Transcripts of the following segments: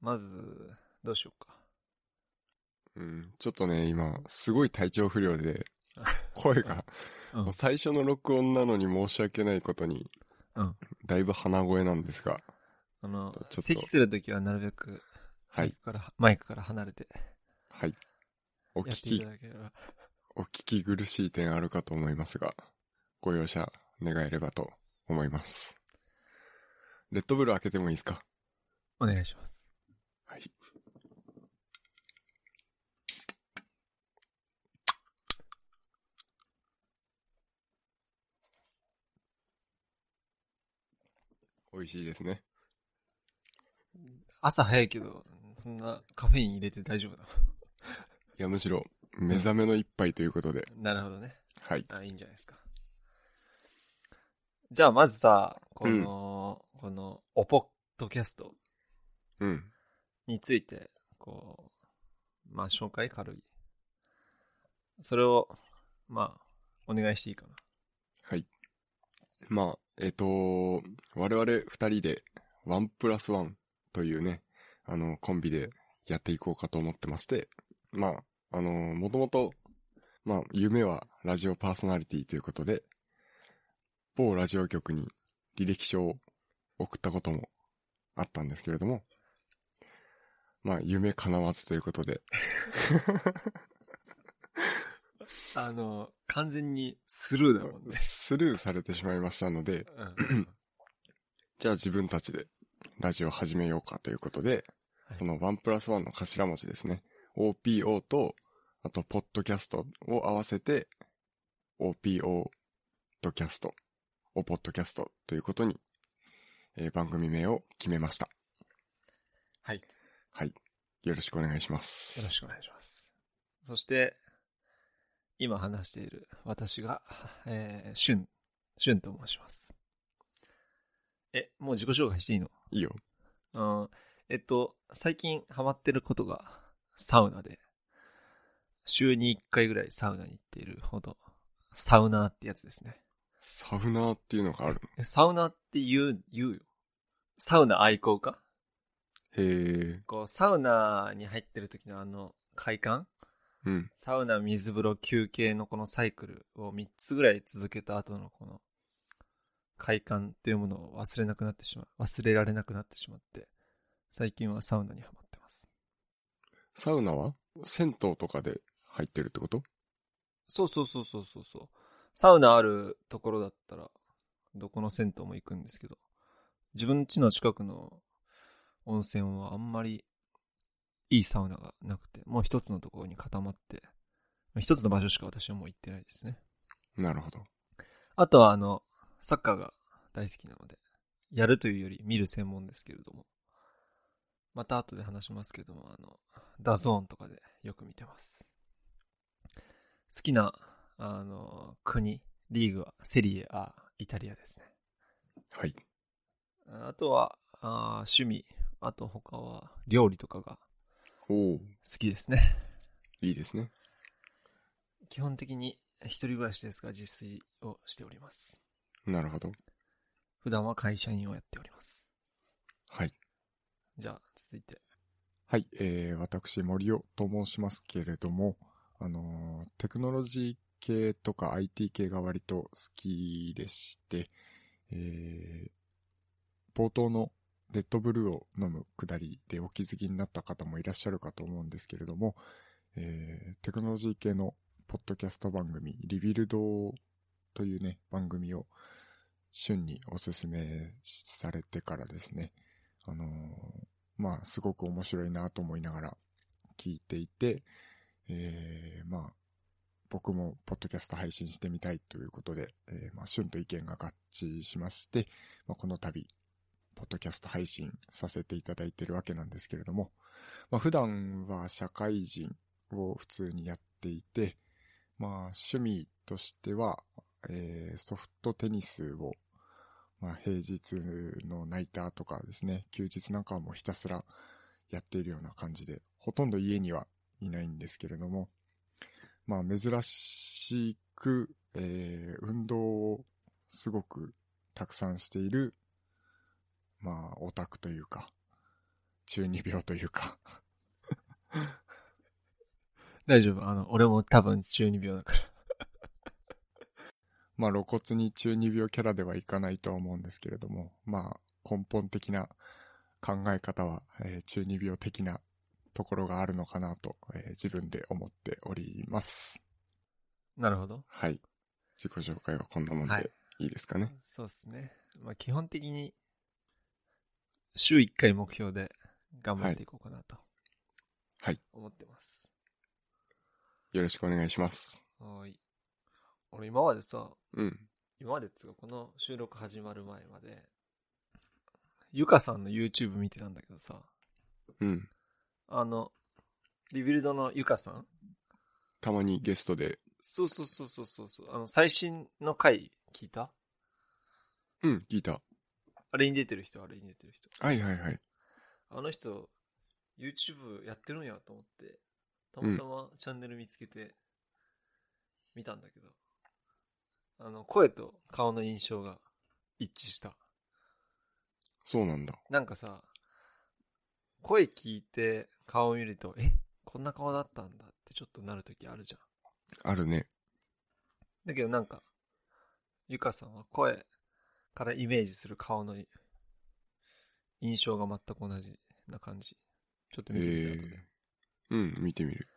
まず、どうしようか。うん、ちょっとね、今、すごい体調不良 で、声が、うんもう最初の録音なのに申し訳ないことに、うんだいぶ鼻声なんですが、あのちょっ、と咳するときはなるべくはい、からマイクから離れてはい。おや聞っていきた、だければ。お聞き苦しい点あるかと思いますが、ご容赦願えればと思います。レッドブル開けてもいいですかお願いします。はい。美味しいですね。朝早いけど、そんなカフェイン入れて大丈夫なの いや、むしろ、目覚めの一杯ということで、なるほどね。はい。あ、いいんじゃないですか。じゃあまずさ、この、この、オポッドキャストうん。について、こう、まあ紹介軽い。それを、まあ、お願いしていいかな。はい。まあ、えっ、と、我々二人で、ワンプラスワンというね、あの、コンビでやっていこうかと思ってまして、まあ、あの、もともと、まあ、夢はラジオパーソナリティということで、某ラジオ局に履歴書を送ったこともあったんですけれども、まあ、夢叶わずということで、あの、完全にスルーだもんね。スルーされてしまいましたので、 うんじゃあ自分たちでラジオ始めようかということで、はいそのワンプラスワンの頭文字ですね。OPO と、あと、ポッドキャストを合わせて、OPO ドキャスト、おポッドキャストということに、えー番組名を決めました。はい。よはい。よろしくお願いします。ろしくお願いします。そして、今話している私が、えー、しゅん、しゅんと申します。え、もう自己紹介していいのいいよ。うん。えっと、最近ハマってることが、サウナで、週に1回ぐらいサウナに行っているほど、サウナーってやつですね。サウナーっていうのがあるえサウナーって言う、言うよ。サウナ愛好家の。へえ。こう、サウナに入ってる時のあの、快感うん。サウナ、水風呂、休憩のこのサイクルを3つぐらい続けた後のこの快感っていうものを忘れなくなってしまう。忘れられなくなってしまって、最近はサウナにハマってます。サウナは銭湯とかで入ってるってことそうそうそうそうそうそう。サウナあるところだったら、どこの銭湯も行くんですけど、自分家の近くの温泉はあんまりいいサウナがなくて、もう一つのところに固まって、一つの場所しか私はもう行ってないですね。なるほど。あとはあの、サッカーが大好きなので、やるというより見る専門ですけれども、また後で話しますけども、あの、ダゾーンとかでよく見てます。好きな、あの、国、リーグはセリエ A、イタリアですね。はい。あとは、あー趣味、あと他は料理とかがおー、好きですね。いいですね。基本的に一人暮らしですが自炊をしております。なるほど。普段は会社員をやっております。はい。じゃあ、続いて。はい、えー、私、森尾と申しますけれども、あのーテクノロジー系とか IT 系が割と好きでして、えー、冒頭のレッドブルーを飲むくだりでお気づきになった方もいらっしゃるかと思うんですけれども、えー、テクノロジー系のポッドキャスト番組、リビルドというね、番組を瞬におすすめされてからですね、あのーまあ、すごく面白いなと思いながら聞いていて、えー、まあ、僕もポッドキャスト配信してみたいということで、えー、まあ、旬と意見が合致しまして、まあ、この度、ポッドキャスト配信させていただいているわけなんですけれども、まあ、普段は社会人を普通にやっていて、まあ、趣味としては、えーソフトテニスをまあ、平日のナイターとかですね、休日なんかはもうひたすらやっているような感じで、ほとんど家にはいないんですけれども、まあ、珍しく、えー運動をすごくたくさんしている、まあ、オタクというか、中二病というか。大丈夫。あの、俺も多分中二病だから。 まあ露骨に中二病キャラではいかないとは思うんですけれども、まあ根本的な考え方は、えー中二病的なところがあるのかなと、えー自分で思っております。なるほど。はい。自己紹介はこんなもんはいでいいですかね。そうですね。まあ、基本的に、週1回目標で頑張っていこうかなと。はい。思ってます。よろしくお願いします。はーい。俺今までさ、うん。今までっつうかこの収録始まる前まで、ゆかさんの YouTube 見てたんだけどさ、うん。あの、リビルドのゆかさんたまにゲストで、そうそうそうそうそうそう。あの、最新の回聞いたうん、聞いた。あれに出てる人、あれに出てる人。はいはいはい。あの人、YouTube やってるんやと思って、たまたまチャンネル見つけて、見たんだけど、あの、声と顔の印象が一致した。そうなんだ。なんかさ、声聞いて顔を見ると、えこんな顔だったんだってちょっとなるときあるじゃん。あるね。だけどなんか、ゆかさんは声からイメージする顔の印象が全く同じな感じ。ちょっと見てみたえ後で。えうん、見てみる。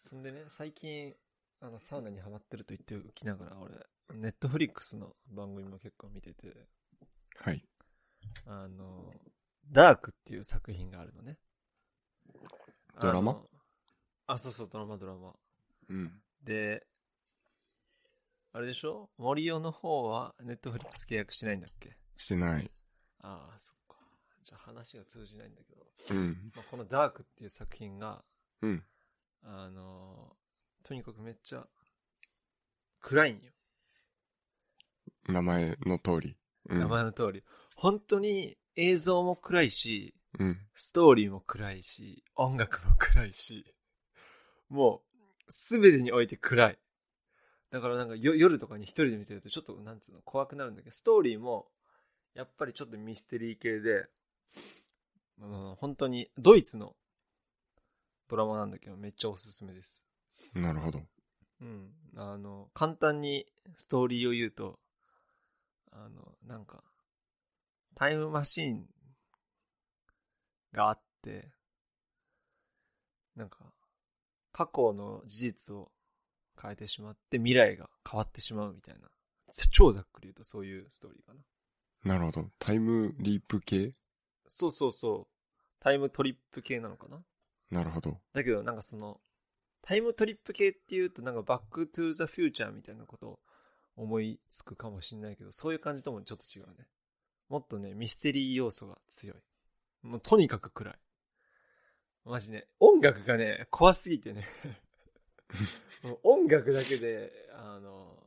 そんでね、最近、あの、サウナにハマってると言っておきながら、俺、ネットフリックスの番組も結構見てて、はい。あの、ダークっていう作品があるのね。ドラマあのあ、そうそう、ドラマドラマ。うん。で、あれでしょ森尾の方は、ネットフリックス契約してないんだっけしてない。ああ、そっか。じゃあ話が通じないんだけど。うん。まあ、このダークっていう作品が、うん。あのーとにかくめっちゃ、暗いんよ。名前の通り。うん。名前の通り。本当に映像も暗いし、うん。ストーリーも暗いし、音楽も暗いし、もう、すべてにおいて暗い。だからなんかよ夜とかに一人で見てるとちょっとなんつうの怖くなるんだけど、ストーリーもやっぱりちょっとミステリー系で、うん、本当にドイツのドラマなんだけどめっちゃおすすめです。なるほど。うん。あの、簡単にストーリーを言うと、あの、なんか、タイムマシーンがあって、なんか、過去の事実を変えてしまって未来が変わってしまうみたいな。超ざっくり言うとそういうストーリーかな。なるほど。タイムリープ系そうそうそう。タイムトリップ系なのかななるほど。だけどなんかそのタイムトリップ系っていうとなんかバックトゥーザフューチャーみたいなことを思いつくかもしれないけどそういう感じともちょっと違うねもっとねミステリー要素が強いもうとにかく暗いマジね音楽がね怖すぎてねもう音楽だけであの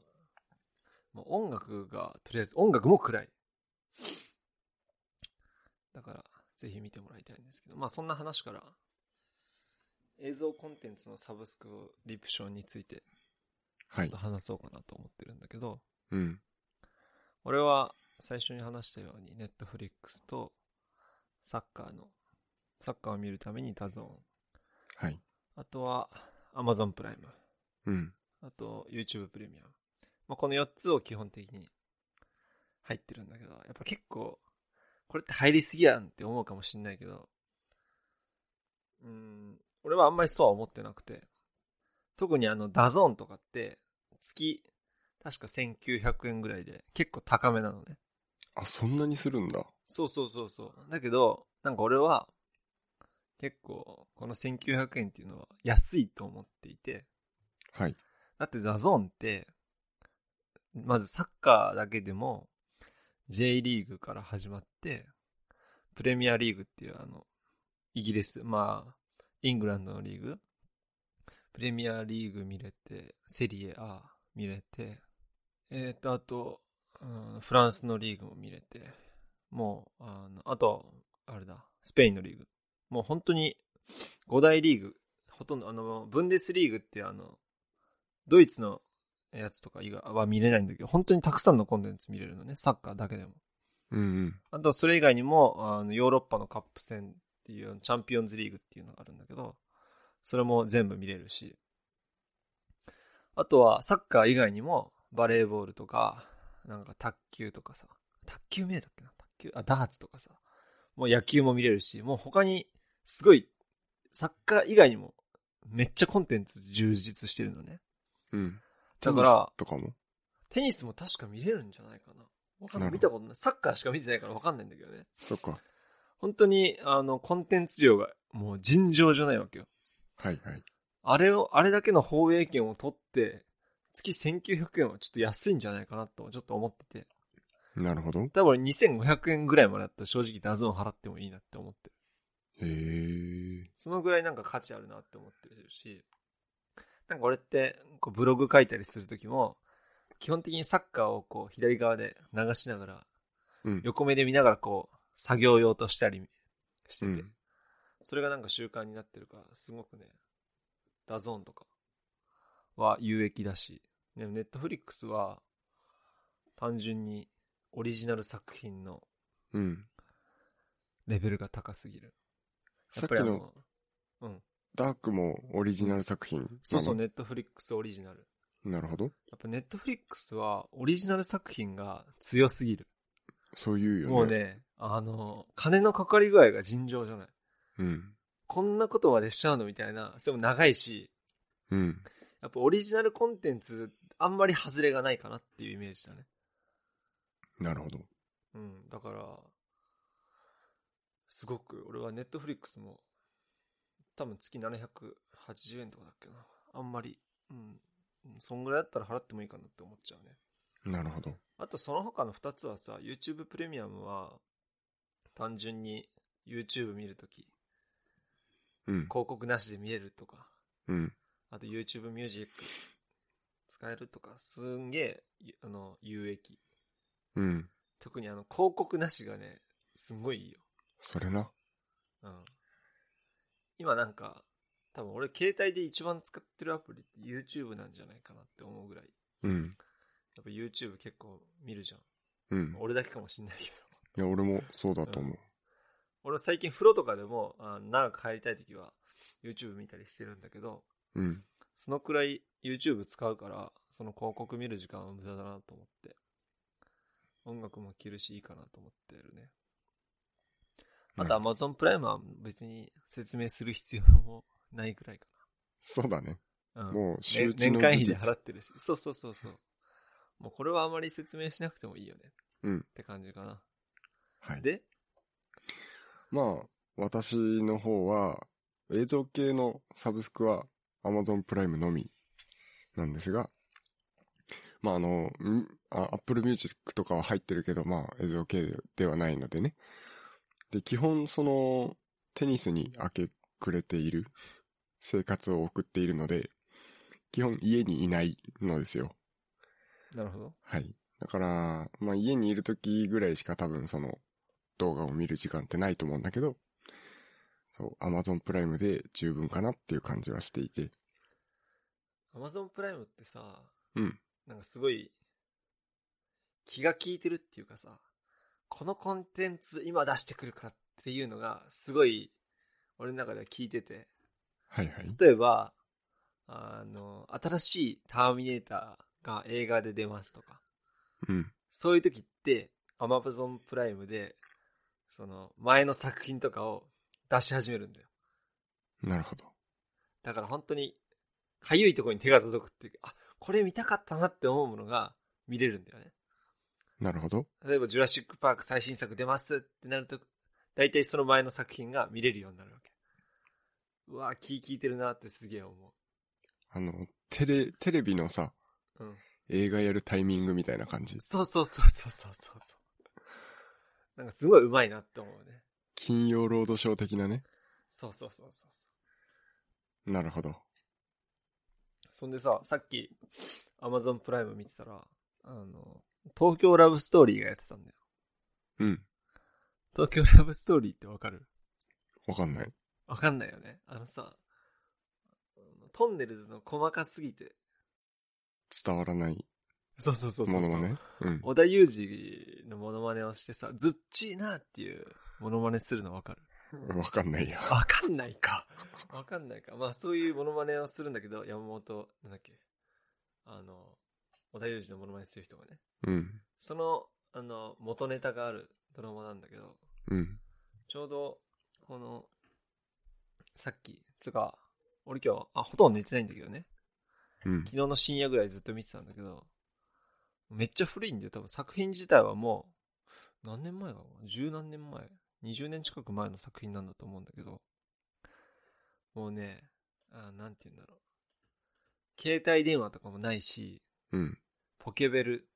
もう音楽がとりあえず音楽も暗いだからぜひ見てもらいたいんですけどまあそんな話から映像コンテンツのサブスクリプションについてはい。話そうかなと思ってるんだけど、うん。俺は最初に話したように、ネットフリックスとサッカーの、サッカーを見るためにダゾーン、はい。あとは Amazon プライム、うん。あと YouTube プレミアム。まあ、この4つを基本的に入ってるんだけど、やっぱ結構、これって入りすぎやんって思うかもしんないけど、うーん、俺はあんまりそうは思ってなくて、特にあの、ダゾーンとかって、月、確か1900円ぐらいで、結構高めなのね。あ、そんなにするんだ。そうそうそうそう。だけど、なんか俺は、結構、この1900円っていうのは安いと思っていて、はい。だってダゾーンって、まずサッカーだけでも、J リーグから始まって、プレミアリーグっていうあの、イギリス、まあ、イングランドのリーグ、プレミアリーグ見れて、セリエ A 見れて、えっ、と、あと、うんフランスのリーグも見れて、もう、あのあと、あれだ、スペインのリーグ。もう本当に、5大リーグ、ほとんど、あの、ブンデスリーグっていうあの、ドイツのやつとか以外は見れないんだけど、本当にたくさんのコンテンツ見れるのね、サッカーだけでも。うんうん。あと、それ以外にも、あの、ヨーロッパのカップ戦っていう、チャンピオンズリーグっていうのがあるんだけど、それも全部見れるし、あとは、サッカー以外にも、バレーボールとか、なんか卓球とかさ、卓球見れたっけな卓球、あ、ダーツとかさ、もう野球も見れるし、もう他に、すごい、サッカー以外にも、めっちゃコンテンツ充実してるのね。うん。だからテニスとかもテニスも確か見れるんじゃないかな。わかんな。ないる見たほどことない。サッカーしか見てないからわかんないんだけどね。そっか。本当に、あの、コンテンツ量が、もう尋常じゃないわけよ。はいはい。あれを、あれだけの放映権を取って、月1900円はちょっと安いんじゃないかなと、ちょっと思ってて。なるほど。へ多分2500円ぐらいまでだったら正直ダゾーン払ってもいいなって思ってる。え。そのぐらいなんか価値あるなって思ってるし、なんか俺って、こうブログ書いたりするときも、基本的にサッカーをこう左側で流しながら、うん。横目で見ながらこう、作業用としたりしてうて、ん。それがなんか習慣になってるから、すごくね、ダゾーンとかは有益だし、でもネットフリックスは単純にオリジナル作品のうん。レベルが高すぎる。やさっっぱきりあのの、うん。ダークもオリジナル作品なの。そうそう、ネットフリックスオリジナル。なるほど。やっぱネットフリックスはオリジナル作品が強すぎる。そういうよね。もう。ね、あの、金のかかり具合が尋常じゃない。うん。こんなことまでしちゃうのみたいな、それも長いし、うん。やっぱオリジナルコンテンツ、あんまり外れがないかなっていうイメージだね。なるほど。うん、だから、すごく、俺はネットフリックスも、多分月780円とかだっけな。あんまり、うん、うんそんぐらいだったら払ってもいいかなって思っちゃうね。なるほど。あとその他の2つはさ、YouTube プレミアムは、単純に YouTube 見るとき、うん。広告なしで見れるとか、うん。あと YouTube ミュージック使えるとか、すんげえ、ゆあの、有益。うん。特にあの、広告なしがね、すごいいいよ。それな。うん。今なんか、多分俺携帯で一番使ってるアプリって YouTube なんじゃないかなって思うぐらい。うん。やっぱ YouTube 結構見るじゃん。うん。俺だけかもしんないけど。 いや、俺もそうだと思う。俺最近風呂とかでも、あ長く入りたい時は YouTube 見たりしてるんだけど、うん。そのくらい YouTube 使うから、その広告見る時間は無駄だなと思って。音楽も聴けるしいいかなと思ってるね。あとうん Amazon プライムは別に説明する必要もないくらいかそうだね。な。うん、もう、周ね知年の会事費で実。払ってるし。そうそうそうそう。もうこれはあまり説明しなくてもいいよね。うんって感じかな。はい。で、まあ、私の方は、映像系のサブスクは Amazon プライムのみなんですが、まああの、んあ Apple Music とかは入ってるけど、まあ映像系ではないのでね。で、基本その、テニスに明け暮れている生活を送っているので、基本家にいないのですよ。なるほど。はい。だから、まあ家にいる時ぐらいしか多分その動画を見る時間ってないと思うんだけど、そう、Amazon プライムで十分かなっていう感じはしていて。 Amazon プライムってさ、うんなんかすごい、気が利いてるっていうかさ、このコンテンツ今出してくるからっていうのが、すごい、俺の中では聞いてて、はいはい。例えば、あの、新しいターミネーターが映画で出ますとか、うん。そういう時って、Amazon プライムで、その、前の作品とかを出し始めるんだよ。なるほど。だから本当に、かゆいところに手が届くっていうか、あ、これ見たかったなって思うものが見れるんだよね。なるほど。例えば、ジュラシック・パーク最新作出ますってなると、大体その前の作品が見れるようになるわけ。うわぁ、気利いてるなってすげえ思あの、テレ、テレビのさ、う。うん。映画やるタイミングみたいな感じ。そうそうそうそうそうそうそう。なんかすごい上手いなって思うね。金曜ロードショー的なね。そうそうそうそうそう。なるほど。そんでさ、さっき、Amazon プライム見てたら、あの、東京ラブストーリーがやってたんだよ。うん。東京ラブストーリーってわかるわかんない。わかんないよね。あのさ、トンネルズの細かすぎて、伝わらない。そうそうそうそう。ものまね。うん。織田裕二のモノマネをしてさ、ずっちーなっていうモノマネするのわかるわかんないや。わかんないか。わかんないか。まあそういうモノマネをするんだけど、山本、なんだっけ。あの、織田裕二のモノマネする人がね。うん。その、あの、元ネタがあるドラマなんだけど、うん。ちょうど、この、さっき、つうか、俺今日、あ、ほとんど寝てないんだけどね。うん。昨日の深夜ぐらいずっと見てたんだけど、めっちゃ古いんだよ。多分作品自体はもう、何年前だろう十何年前 ?20 年近く前の作品なんだと思うんだけど、もうね、あなんて言うんだろう。携帯電話とかもないし、うん。ポケベル。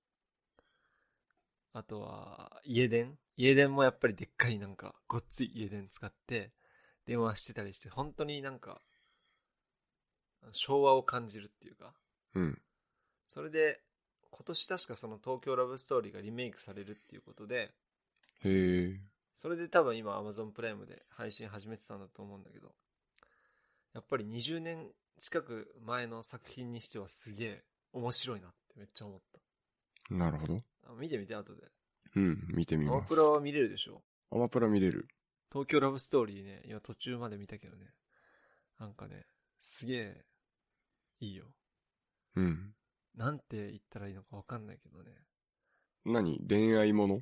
あとは、家電家電もやっぱりでっかいなんか、ごっつい家電使って、電話してたりして、本当になんか、昭和を感じるっていうか。うん。それで、今年確かその東京ラブストーリーがリメイクされるっていうことで、へえ。それで多分今 Amazon プライムで配信始めてたんだと思うんだけど、やっぱり20年近く前の作品にしてはすげえ面白いなってめっちゃ思っなるほど。た。あ見てみて、後で。うん。見てみアマますプ。ラは見れるでしょアマプラ見れる。東京ラブストーリーね、今途中まで見たけどね。なんかね、すげえ、いいよ。うん。なんて言ったらいいのかわかんないけどね。何恋愛もの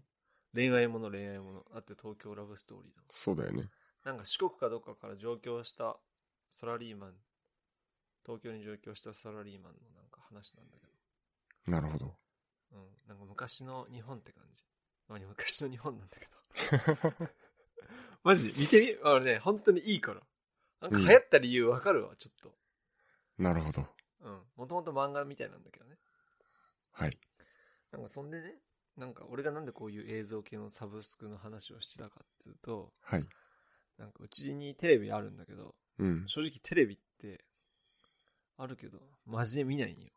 恋愛もの恋愛もの。あって東京ラブストーリーだもんそうだよね。なんか四国かどっかから上京したサラリーマン、東京に上京したサラリーマンのなんか話なんだけなるほど。ど、うん、なんか昔の日本って感じ。まあ昔の日本なんだけど。マジ見てみ、あれね、本当にいいから。なんか流行った理由わかるわ、ちょっと。なるほど。うん。もともと漫画みたいなんだけどね。はい。なんかそんでね、なんか俺がなんでこういう映像系のサブスクの話をしてたかっていうと、はい。なんかうちにテレビあるんだけど、うん。正直テレビってあるけどマジで見ないんよ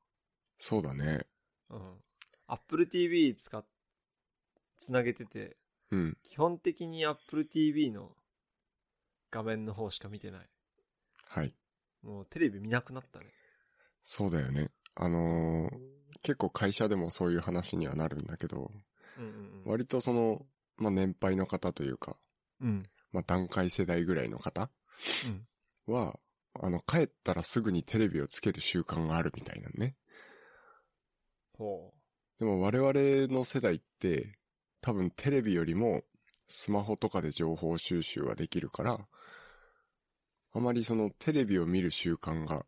そうだね。うん AppleTV 使っつなげててうん。基本的に AppleTV の画面の方しか見てないはい。もうテレビ見なくなったねそうだよね。あのー結構会社でもそういう話にはなるんだけど、うんうん割とその、まあ、年配の方というか、うんうんまあ、段階世代ぐらいの方うんは、あの、帰ったらすぐにテレビをつける習慣があるみたいなね。ほでも我々の世代って、多分テレビよりもスマホとかで情報収集はできるから、あまりそのテレビを見る習慣が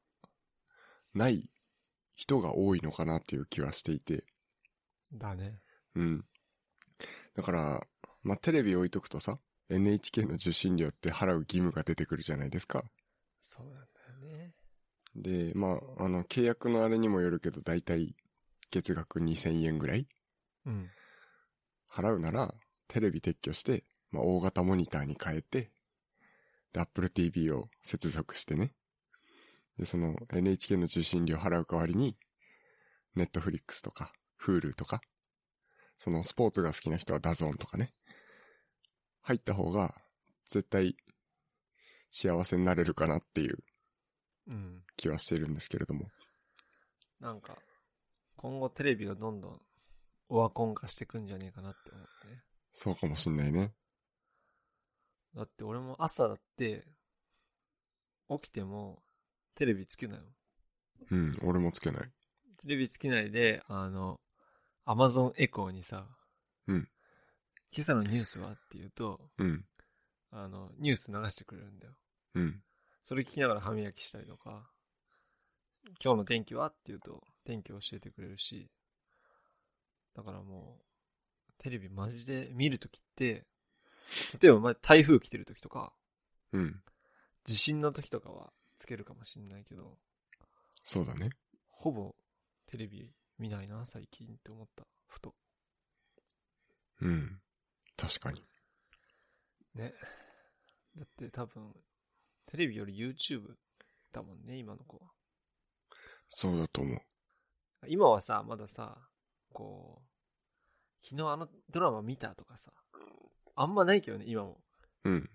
ない人が多いのかなっていう気はしていて、うだねうん。だから、まあ、テレビ置いとくとさ、NHK の受信料って払う義務が出てくるじゃないですか。そうなんだよねで、まあ、あの、契約のあれにもよるけど、だいたい月額2000円ぐらいうん払うなら、テレビ撤去して、まあ、大型モニターに変えて、で、Apple TV を接続してね。で、その NHK の受信料払う代わりに、Netflix とか、Hulu とか、そのスポーツが好きな人はダゾーンとかね。入った方が、絶対、幸せになれるかなっていううん気はしているんですけれども。なんか今後テレビがどんどんオワコン化してくんじゃねえかなって思うねそうかもしんないね。だって俺も朝だって起きてもテレビつけないもんうん、俺もつけない。テレビつけないで、あの、アマゾンエコーにさ、うん今朝のニュースはって言うと、うん、あの、ニュース流してくれるんだよ。うん、それ聞きながら歯磨きしたりとか、今日の天気はって言うと、天気を教えてくれるし、だからもう、テレビマジで見るときって、例えばま台風来てるときとか、うん。地震のときとかはつけるかもしんないけど、そうだね。ほぼテレビ見ないな、最近って思った、ふと。うん。確かに。ね。だって多分、テレビより YouTube だもんね、今の子は。そうだと思う。今はさ、まださ、こう、昨日あのドラマ見たとかさ、あんまないけどね、今も。うん。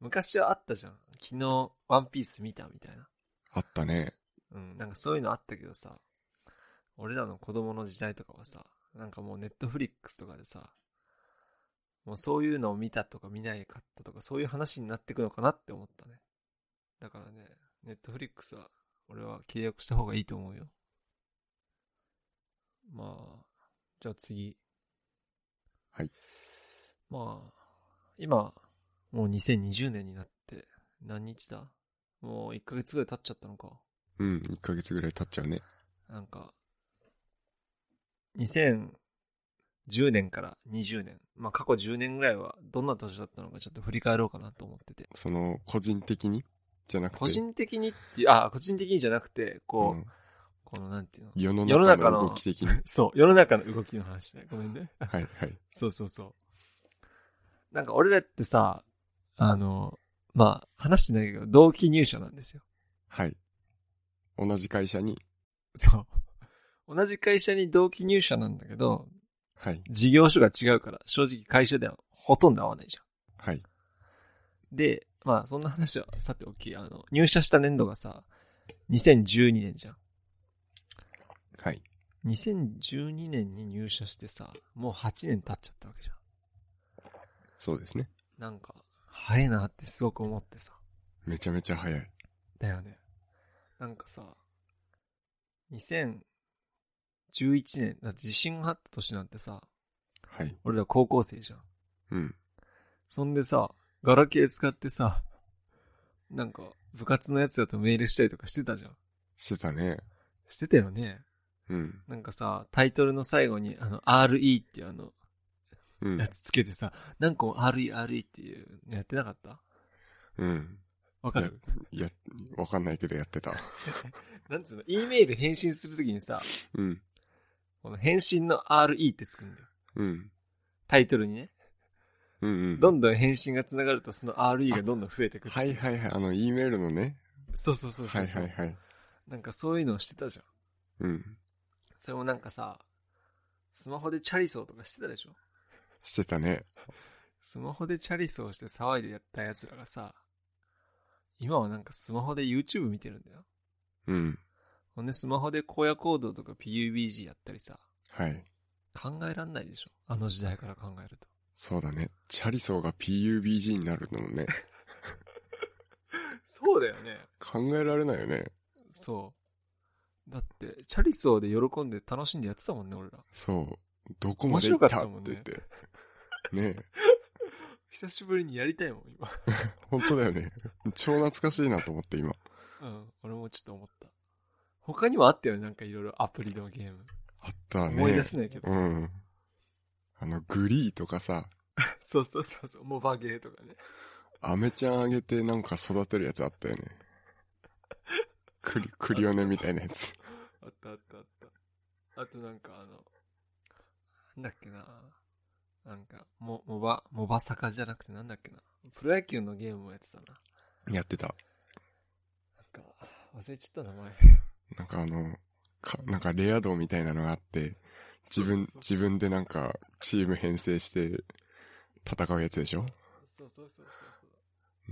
昔はあったじゃん。昨日、ワンピース見たみたいな。あったね。うん、なんかそういうのあったけどさ、俺らの子供の時代とかはさ、なんかもうネットフリックスとかでさ、もうそういうのを見たとか見ないかったとかそういう話になってくのかなって思ったね。だからね、ネットフリックスは俺は契約した方がいいと思うよ。まあ、じゃあ次。はい。まあ、今、もう2020年になって何日だもう1ヶ月ぐらい経っちゃったのか。うん、1ヶ月ぐらい経っちゃうね。なんか、2010年から20年。まあ、過去10年ぐらいはどんな年だったのかちょっと振り返ろうかなと思ってて。その、個人的にじゃなくて。個人的にっていう、あ、個人的にじゃなくて、こう、うんこのなんていうの。世の世の中中のの動き的に。はい そう、世の中の動きの話ね。ごめんね。はい。 そうそうそう。なんか俺らってさ、あの、まあ、話してないけど、同期入社なんですよ。はい。同じ会社に。そう。同じ会社に同期入社なんだけど、はい。事業所が違うから、正直会社ではほとんど合わないじゃん。はい。で、まあ、そんな話はさておき、あの、入社した年度がさ、2012年じゃん。はい。 2012年に入社してさ、もう8年経っちゃったわけじゃん。そうですね。なんか、早いなってすごく思ってさ。めちゃめちゃ早い。だよね。なんかさ、2011年、だって地震があった年なんてさ、はい。俺ら高校生じゃん。うん。そんでさ、ガラケー使ってさ、なんか、部活のやつだとメールしたりとかしてたじゃん。してたね。してたよね。うん。なんかさ、タイトルの最後に、あの、RE っていうあの、うんや。つつけてさ、なんか RE、RE っていうのやってなかったうん。わかるや、わかんないけどやってた。 なんつうの ?E メール返信するときにさ、うん。この返信の RE ってつくんだよ。うん。タイトルにね。うんうん。どんどん返信が繋がると、その RE がどんどん増えてくる。はいはいはい。あの、E メールのね。そうそうそうそはういそう、はいはい。なんかそういうのをしてたじゃん。うん。それもなんかさ、スマホでチャリソーとかしてたでしょしてたね。スマホでチャリソーして騒いでやった奴らがさ、今はなんかスマホで YouTube 見てるんだよ。うん。ほんでスマホで荒野行動とか PUBG やったりさ、はい。考えらんないでしょあの時代から考えると。そうだね。チャリソーが PUBG になるのも ね、そうだよね。考えられないよね。そう。だって、チャリソーで喜んで楽しんでやってたもんね、俺ら。そう。どこまで行ったって言って。ねえ。久しぶりにやりたいもん、今。本当だよね。超懐かしいなと思って今。うん、俺もちょっと思った。他にもあったよね、なんかいろいろアプリのゲーム。あったね。思い出せないけどうさ、ん。あの、グリーとかさ、そうそうそうそう、モバゲーとかね。アメちゃんあげてなんか育てるやつ あったよね。クリ、クリオネみたいなやつ。あったあったあった。あとなんかあの、なんだっけな。なんか、も、モバ、モバサカじゃなくてなんだっけな。プロ野球のゲームをやってたな。やってた。なんか、忘れちゃった名前。なんかあの、か、なんかレア度みたいなのがあって、自そうそ分、うそう自分でなんか、チーム編成して、戦うやつでしょそうそうそうそう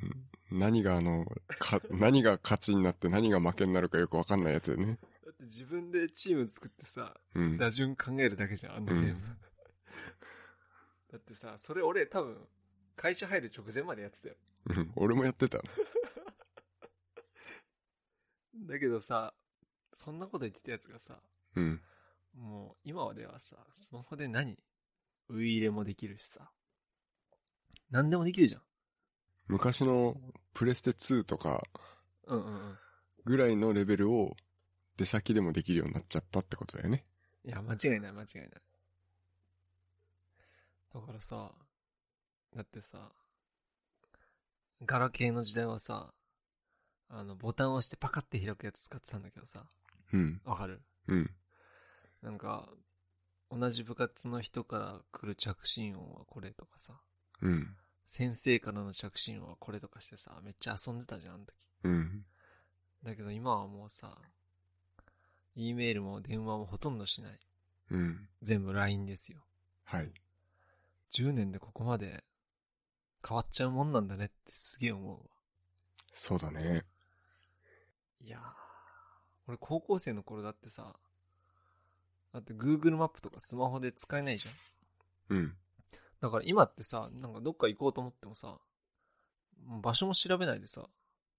そう。何があの、 か、何が勝ちになって何が負けになるかよくわかんないやつだよね。だって自分でチーム作ってさ、うん。打順考えるだけじゃん、あのゲーム。うん だってさ、それ俺多分、会社入る直前までやってたよ。うん俺もやってた。だけどさ、そんなこと言ってたやつがさ、うん。もう今まではさ、スマホで何ウイイレもできるしさ。何でもできるじゃん。昔のプレステ2とかうんうんうん。ぐらいのレベルを出先でもできるようになっちゃったってことだよね。いや、間違いない間違いない。だからさ、だってさ、ガラケーの時代はさ、あの、ボタンを押してパカって開くやつ使ってたんだけどさ、うん。わかるうん。なんか、同じ部活の人から来る着信音はこれとかさ、うん。先生からの着信音はこれとかしてさ、めっちゃ遊んでたじゃん、あの時。うん。だけど今はもうさ、E メールも電話もほとんどしない。うん。全部 LINE ですよ。はい。 10年でここまで変わっちゃうもんなんだねってすげえ思うわ。そうだね。いやー、俺高校生の頃だってさ、だって Google マップとかスマホで使えないじゃん。うん。だから今ってさ、なんかどっか行こうと思ってもさ、もう場所も調べないでさ、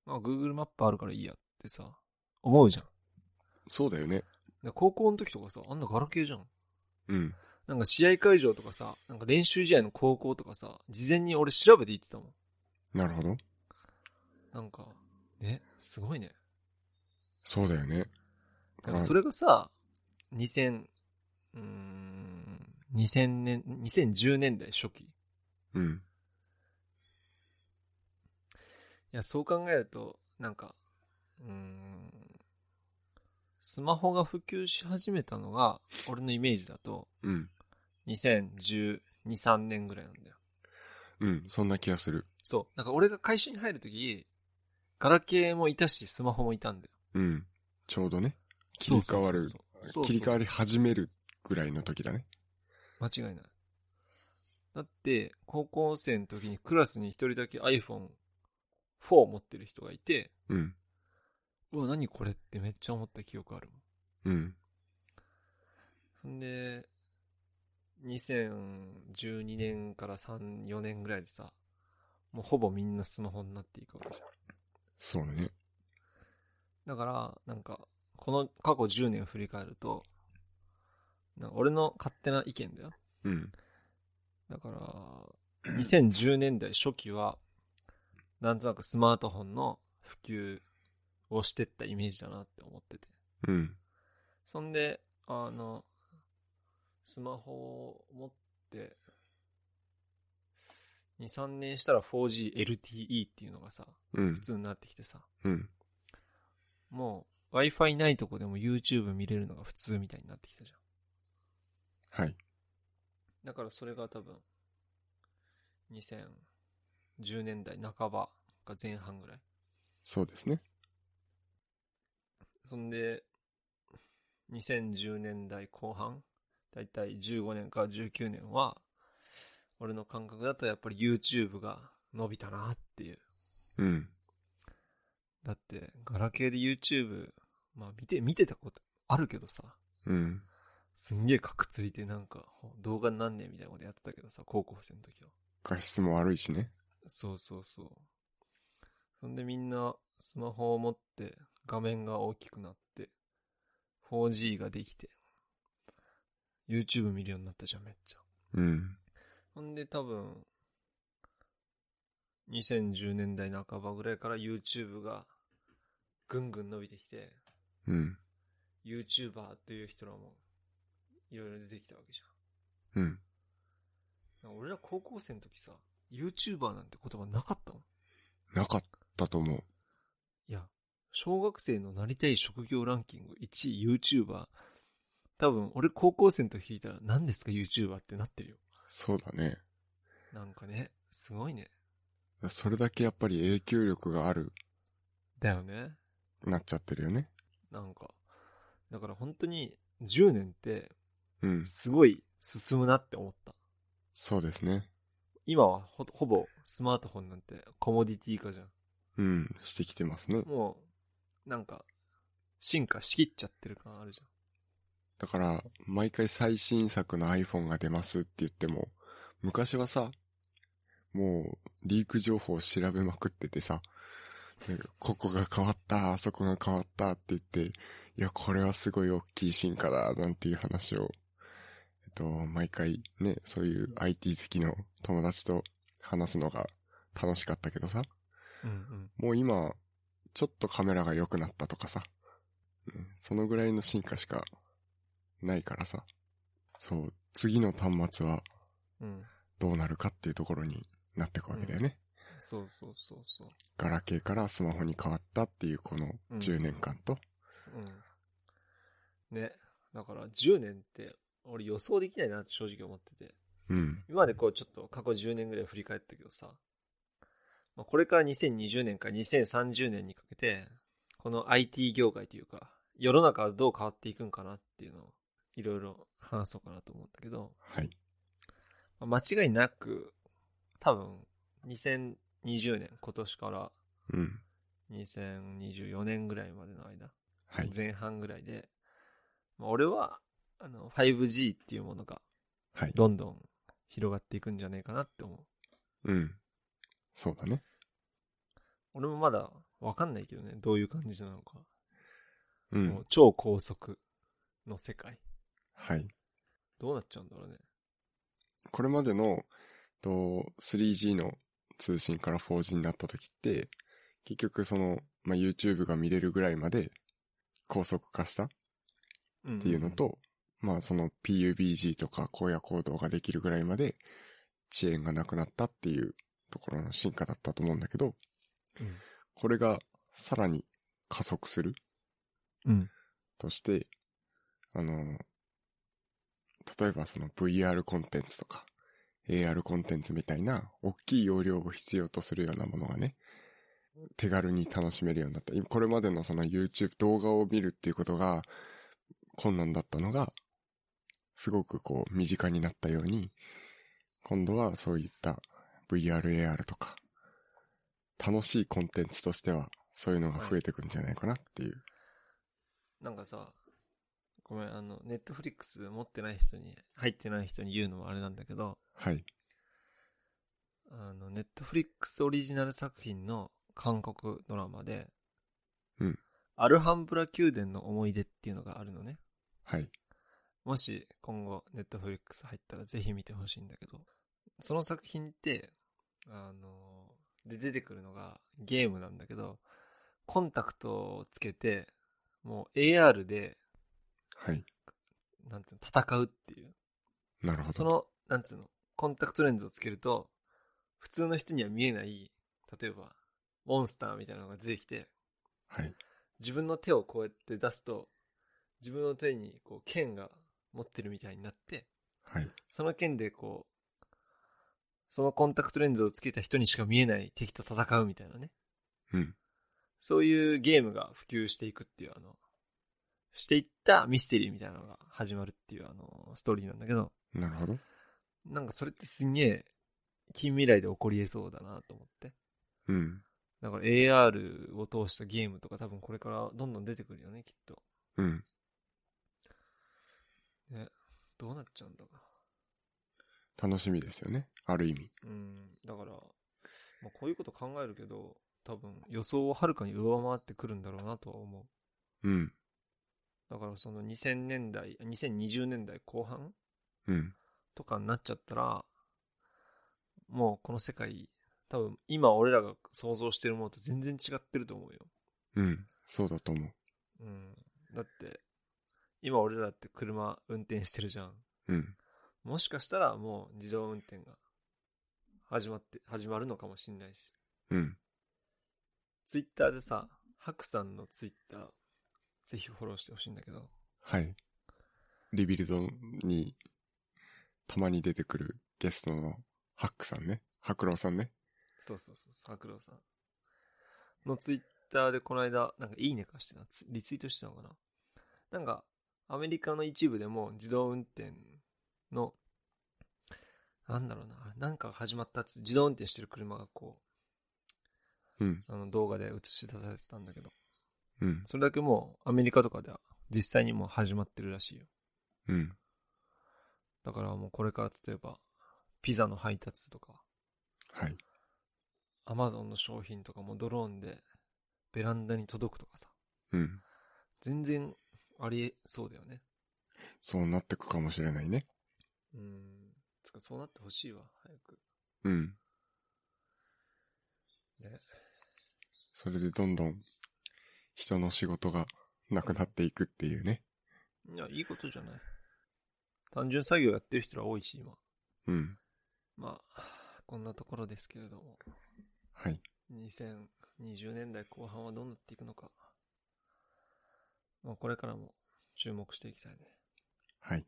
まあ Google マップあるからいいやってさ、思うじゃん。そうだよね。で高校の時とかさ、あんなガラケーじゃん。うん。なんか試合会場とかさ、なんか練習試合の高校とかさ、事前に俺調べて行ってたもん。なるほど。なんか、ね、すごいね。そうだよね。なんかそれがさ、2000、うーん、2000年、2010年代初期。いうん。や、そう考えると、なんか、うーん、スマホが普及し始めたのが、俺のイメージだと、うん。 2012、3年ぐらいなんだよ。うん。そんな気がする。そう。なんか俺が会社に入るとき、ガラケーもいたし、スマホもいたんだよ。うん。ちょうどね。切り替わそうるそうそうそう切り替わり始めるぐらいの時だね。間違いない。だって、高校生の時にクラスに一人だけ iPhone4 持ってる人がいて、うん。うわ、何これってめっちゃ思った記憶あるうん。もん。んで、2012年から3、4年ぐらいでさ、もうほぼみんなスマホになっていくわけじゃん。そうね。だから、なんか、この過去10年振り返ると、なんか俺の勝手な意見だよ。うん。だから、2010年代初期は、なんとなくスマートフォンの普及をしてったイメージだなって思ってて。うん。そんで、あの、スマホを持って、2、3年したら 4GLTE っていうのがさ、う普ん。通になってきてさ、うん。もう Wi-Fi ないとこでも YouTube 見れるのが普通みたいになってきたじゃん。はい。だからそれが多分、2010年代半ばか前半ぐらい。そうですね。そんで、2010年代後半、だいたい15年から19年は、俺の感覚だとやっぱり YouTube が伸びたなっていう。うん。だって、ガラケーで YouTube、まあ見て、見てたことあるけどさ、うん。すんげえカクついてなんかほ動画になんねえみたいなことやってたけどさ、高校生の時は。画質も悪いしね。そうそうそう。そんでみんなスマホを持って画面が大きくなって、4G ができて、YouTube 見るようになったじゃん、めっちゃ。うん。ほんで多分、2010年代半ばぐらいから YouTube がぐんぐん伸びてきて、うん。 YouTuber という人らもいろいろ出てきたわけじうん。ゃん。なんか俺ら高校生の時さ、YouTuber なんて言葉なかったもん。なかったと思う。いや、小学生のなりたい職業ランキング1位 YouTuber。多分、俺高校生の時聞いたら何ですか YouTuber ってなってるよ。そうだね。なんかね、すごいね。それだけやっぱり影響力がある、だよね。なっちゃってるよね。なんか。だから本当に10年ってうん。すごい進むなって思った。そうですね。今はほほぼスマートフォンなんてコモディティ化じゃん。うん。してきてますね。もう、なんか、進化しきっちゃってる感あるじゃん。だから、毎回最新作の iPhone が出ますって言っても、昔はさ、もう、リーク情報を調べまくっててさ、なんかここが変わった、あそこが変わったって言って、いや、これはすごい大きい進化だ、なんていう話を、えっと、毎回ね、そういう IT 好きの友達と話すのが楽しかったけどさ、うんうん。もう今、ちょっとカメラが良くなったとかさ、ねそのぐらいの進化しかないからさ、そう、次の端末はうん。どうなるかっていうところになってくわけだよね。そうそうそうそう。ガラケーからスマホに変わったっていうこのうん10年間と、うん。ね。だから10年って、俺予想できないなって正直思ってて。うん、今までこうちょっと過去10年ぐらい振り返ったけどさ、まあ、これから2020年から2030年にかけて、この IT 業界というか、世の中はどう変わっていくんかなっていうのを、いろいろ話そうかなと思うんだけど、はい。まあ間違いなく、多分、2020年、今年からうん、 2024年ぐらいまでの間、はい。前半ぐらいで、まあ、俺はあの、5G っていうものがはい。どんどん広がっていくんじゃねえかなって思う。うん。そうだね。俺もまだわかんないけどね、どういう感じなのか。うもんう。超高速の世界。はい。どうなっちゃうんだろうね。これまでの、と、3G の通信から 4G になった時って、結局その、まあ、YouTube が見れるぐらいまで高速化したっうんていうの、と、まあ、その PUBG とか荒野行動ができるぐらいまで遅延がなくなったっていうところの進化だったと思うんだけど、うんこれがさらに加速するうん。として、あの、例えばその VR コンテンツとか AR コンテンツみたいな大きい容量を必要とするようなものがね、手軽に楽しめるようになった。今これまでのその YouTube 動画を見るっていうことが困難だったのが、すごくこう身近になったように、今度はそういった VR、AR とか、楽しいコンテンツとしては、そういうのが増えてくんじゃないかなっていう。なんかさ、ごめん、あの、ネットフリックス持ってない人に、入ってない人に言うのもあれなんだけど、はい。あの、ネットフリックスオリジナル作品の韓国ドラマで、うんアルハンブラ宮殿の思い出っていうのがあるのね。はい。もし今後ネットフリックス入ったらぜひ見てほしいんだけど、その作品って、あの、で出てくるのがゲームなんだけど、コンタクトをつけて、もう AR で、はい。なんていうの、戦うっていう。なるほど。その、なんつうの、コンタクトレンズをつけると、普通の人には見えない、例えば、モンスターみたいなのが出てきて、はい。自分の手をこうやって出すと、自分の手にこう剣が持ってるみたいになって、はい。その剣でこう、そのコンタクトレンズをつけた人にしか見えない敵と戦うみたいなね。うん。そういうゲームが普及していくっていう、あの、していったミステリーみたいなのが始まるっていう、あの、ストーリーなんだけど、なるほど。なんかそれってすんげえ近未来で起こり得そうだなと思って。うん。だから AR を通したゲームとか多分これからどんどん出てくるよね、きっと。うん。ね。どうなっちゃうんだか。楽しみですよね。ある意味。うん。だから、まあ、こういうこと考えるけど、多分予想をはるかに上回ってくるんだろうなとは思う。うん。だからその2000年代、2020年代後半うん。とかになっちゃったら、もうこの世界、多分今俺らが想像してるものと全然違ってると思うよ。うん。そうだと思うん。だって、今俺らって車運転してるじゃん。う。うん。もしかしたらもう自動運転が始まって、始まるのかもしんないし。うん。ツイッターでさ、ハクさんのツイッター、ぜひフォローしてほしいんだけど、はい。リビルドに、たまに出てくるゲストのハックさんね。白郎さんね。そうそうそうそう、ハクロウさんのツイッターでこの間、なんかいいねかしてた、ツリツイートしてたのかな。なんか、アメリカの一部でも自動運転の、なんだろうな、なんか始まったっつ自動運転してる車がこう、うん。あの動画で映し出されてたんだけど、うん。それだけもうアメリカとかでは実際にもう始まってるらしいよ。うん。だからもうこれから例えば、ピザの配達とか、はい。アマゾンの商品とかもドローンでベランダに届くとかさ、うん。全然ありえそうだよね。そうなってくかもしれないね。うん。つかそうなってほしいわ、早く。うん。ね。それでどんどん、人の仕事がなくなっていくっていうね。いや、いいことじゃない。単純作業やってる人ら多いし、今。うん。まあ、こんなところですけれども。はい。 2020年代後半はどうなっていくのか。まあ、これからも注目していきたいね。はい。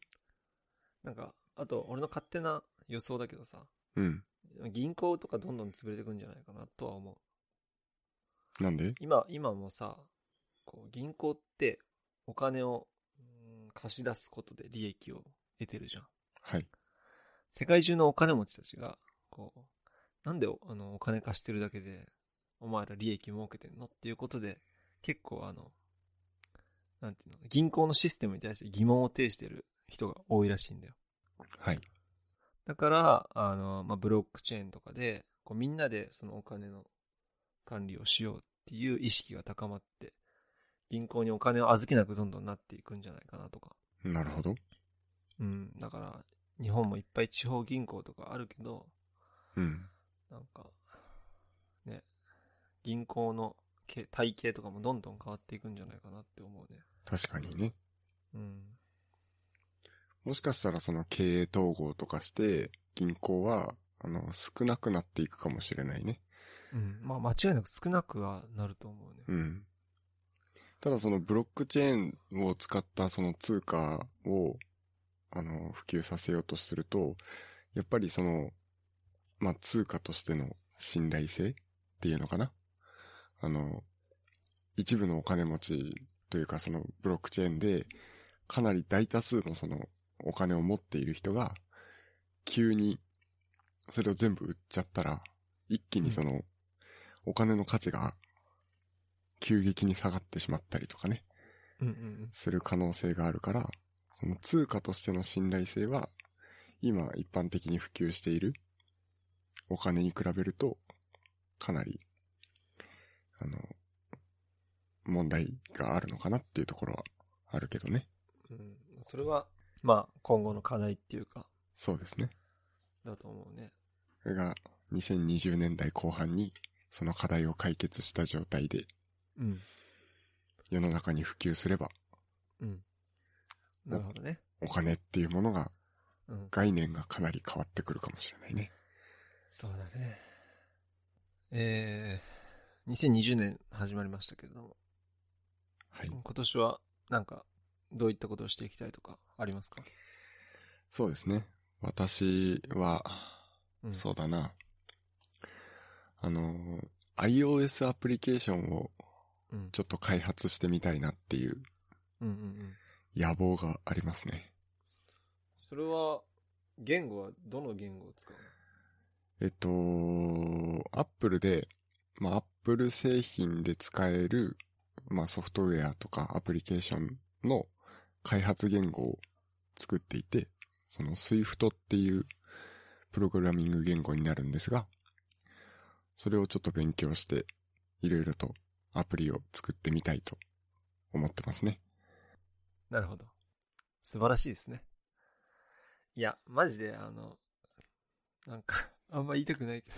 なんか、あと、俺の勝手な予想だけどさ、うん。銀行とかどんどん潰れてくんじゃないかなとは思う。なんで今、今もさ、こう、銀行ってお金を、うん貸し出すことで利益を得てるじゃん。はい。世界中のお金持ちたちが、こう、なんでおあのお金貸してるだけで、お前ら利益儲けてんのっていうことで、結構あの、なんていうの、銀行のシステムに対して疑問を呈してる人が多いらしいんだよ。はい。だから、あの、まあ、ブロックチェーンとかで、こうみんなでそのお金の管理をしようっていう意識が高まって、銀行にお金を預けなくどんどんなっていくんじゃないかなとか。なるほど。うん。だから、日本もいっぱい地方銀行とかあるけど、うん。なんか、ね、銀行のけ体系とかもどんどん変わっていくんじゃないかなって思うね。確かかににねね。うん。もしかしたらその経営統合とかして、銀行は、あの、少なくなっていくかもしれないね。うん。まあ、間違いなく少なくはなると思うね。うん。ただそのブロックチェーンを使ったその通貨を、あの、普及させようとすると、やっぱりその、まあ、通貨としての信頼性っていうのかなあの、一部のお金持ちというかそのブロックチェーンで、かなり大多数のそのお金を持っている人が、急にそれを全部売っちゃったら、一気にその、お金の価値が急激に下がってしまったりとかね、うんうんうん。する可能性があるから、その通貨としての信頼性は、今一般的に普及しているお金に比べると、かなり、あの、問題があるのかなっていうところはあるけどね。うん、それは、まあ、今後の課題っていうか、そうですね。だと思うね。これが2020年代後半にその課題を解決した状態でうん。世の中に普及すればうん。なるほどね。お金っていうものがうん。概念がかなり変わってくるかもしれないね。そうだね。えー、2020年始まりましたけれども、はい。今年は、なんか、どういったことをしていきたいとか、ありますか、そうですね。私は、うん、そうだな。あの、iOS アプリケーションをうん。ちょっと開発してみたいなっていううんうんうん。野望がありますね。それは、言語は、どの言語を使うえっと、Apple で、まあ、Apple 製品で使える、まあ、ソフトウェアとかアプリケーションの開発言語を作っていて、その Swift っていうプログラミング言語になるんですが、それをちょっと勉強して、いろいろとアプリを作ってみたいと思ってますね。なるほど。素晴らしいですね。いや、マジで、あの、なんか、あんま言いたくないけど。